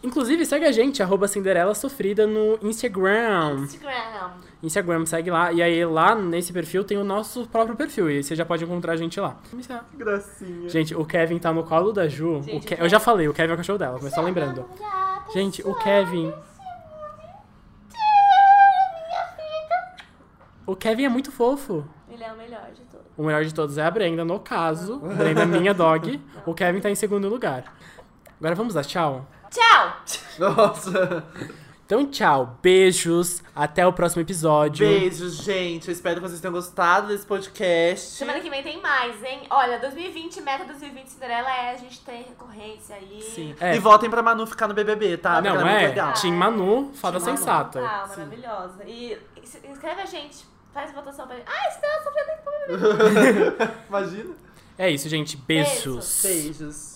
Speaker 3: Inclusive, segue a gente, arroba Cinderela Sofrida no Instagram.
Speaker 2: Instagram.
Speaker 3: Instagram, segue lá. E aí, lá nesse perfil tem o nosso próprio perfil. E você já pode encontrar a gente lá. Vamos lá.
Speaker 1: Que gracinha.
Speaker 3: Gente, o Kevin tá no colo da Ju.
Speaker 2: Gente,
Speaker 3: O Ke-
Speaker 2: o
Speaker 3: Eu já falei, o Kevin é o cachorro dela, mas só lembrando. Gente, o Kevin. O Kevin é muito fofo.
Speaker 2: Ele é o melhor de todos.
Speaker 3: O melhor de todos é a Brenda, no caso. Brenda é minha dog. O Kevin tá em segundo lugar. Agora vamos dar tchau?
Speaker 2: Tchau!
Speaker 1: Nossa.
Speaker 3: Então, tchau. Beijos. Até o próximo episódio.
Speaker 1: Beijos, gente. Eu espero que vocês tenham gostado desse podcast.
Speaker 2: Semana que vem tem mais, hein? Olha, 2020, meta 2020 Cinderela é a gente tem recorrência aí.
Speaker 1: Sim.
Speaker 3: É.
Speaker 1: E votem pra Manu ficar no BBB, tá? Porque
Speaker 3: Não,
Speaker 1: ela muito
Speaker 3: é.
Speaker 1: legal.
Speaker 3: Tim Manu, fada
Speaker 1: Tim Manu.
Speaker 3: sensata.
Speaker 2: Ah,
Speaker 1: Sim.
Speaker 2: maravilhosa. E es- escreve a gente. Faz votação pra gente. Ah, Cinderela sofreu
Speaker 1: Imagina.
Speaker 3: É isso, gente. Beijos.
Speaker 1: Beijos.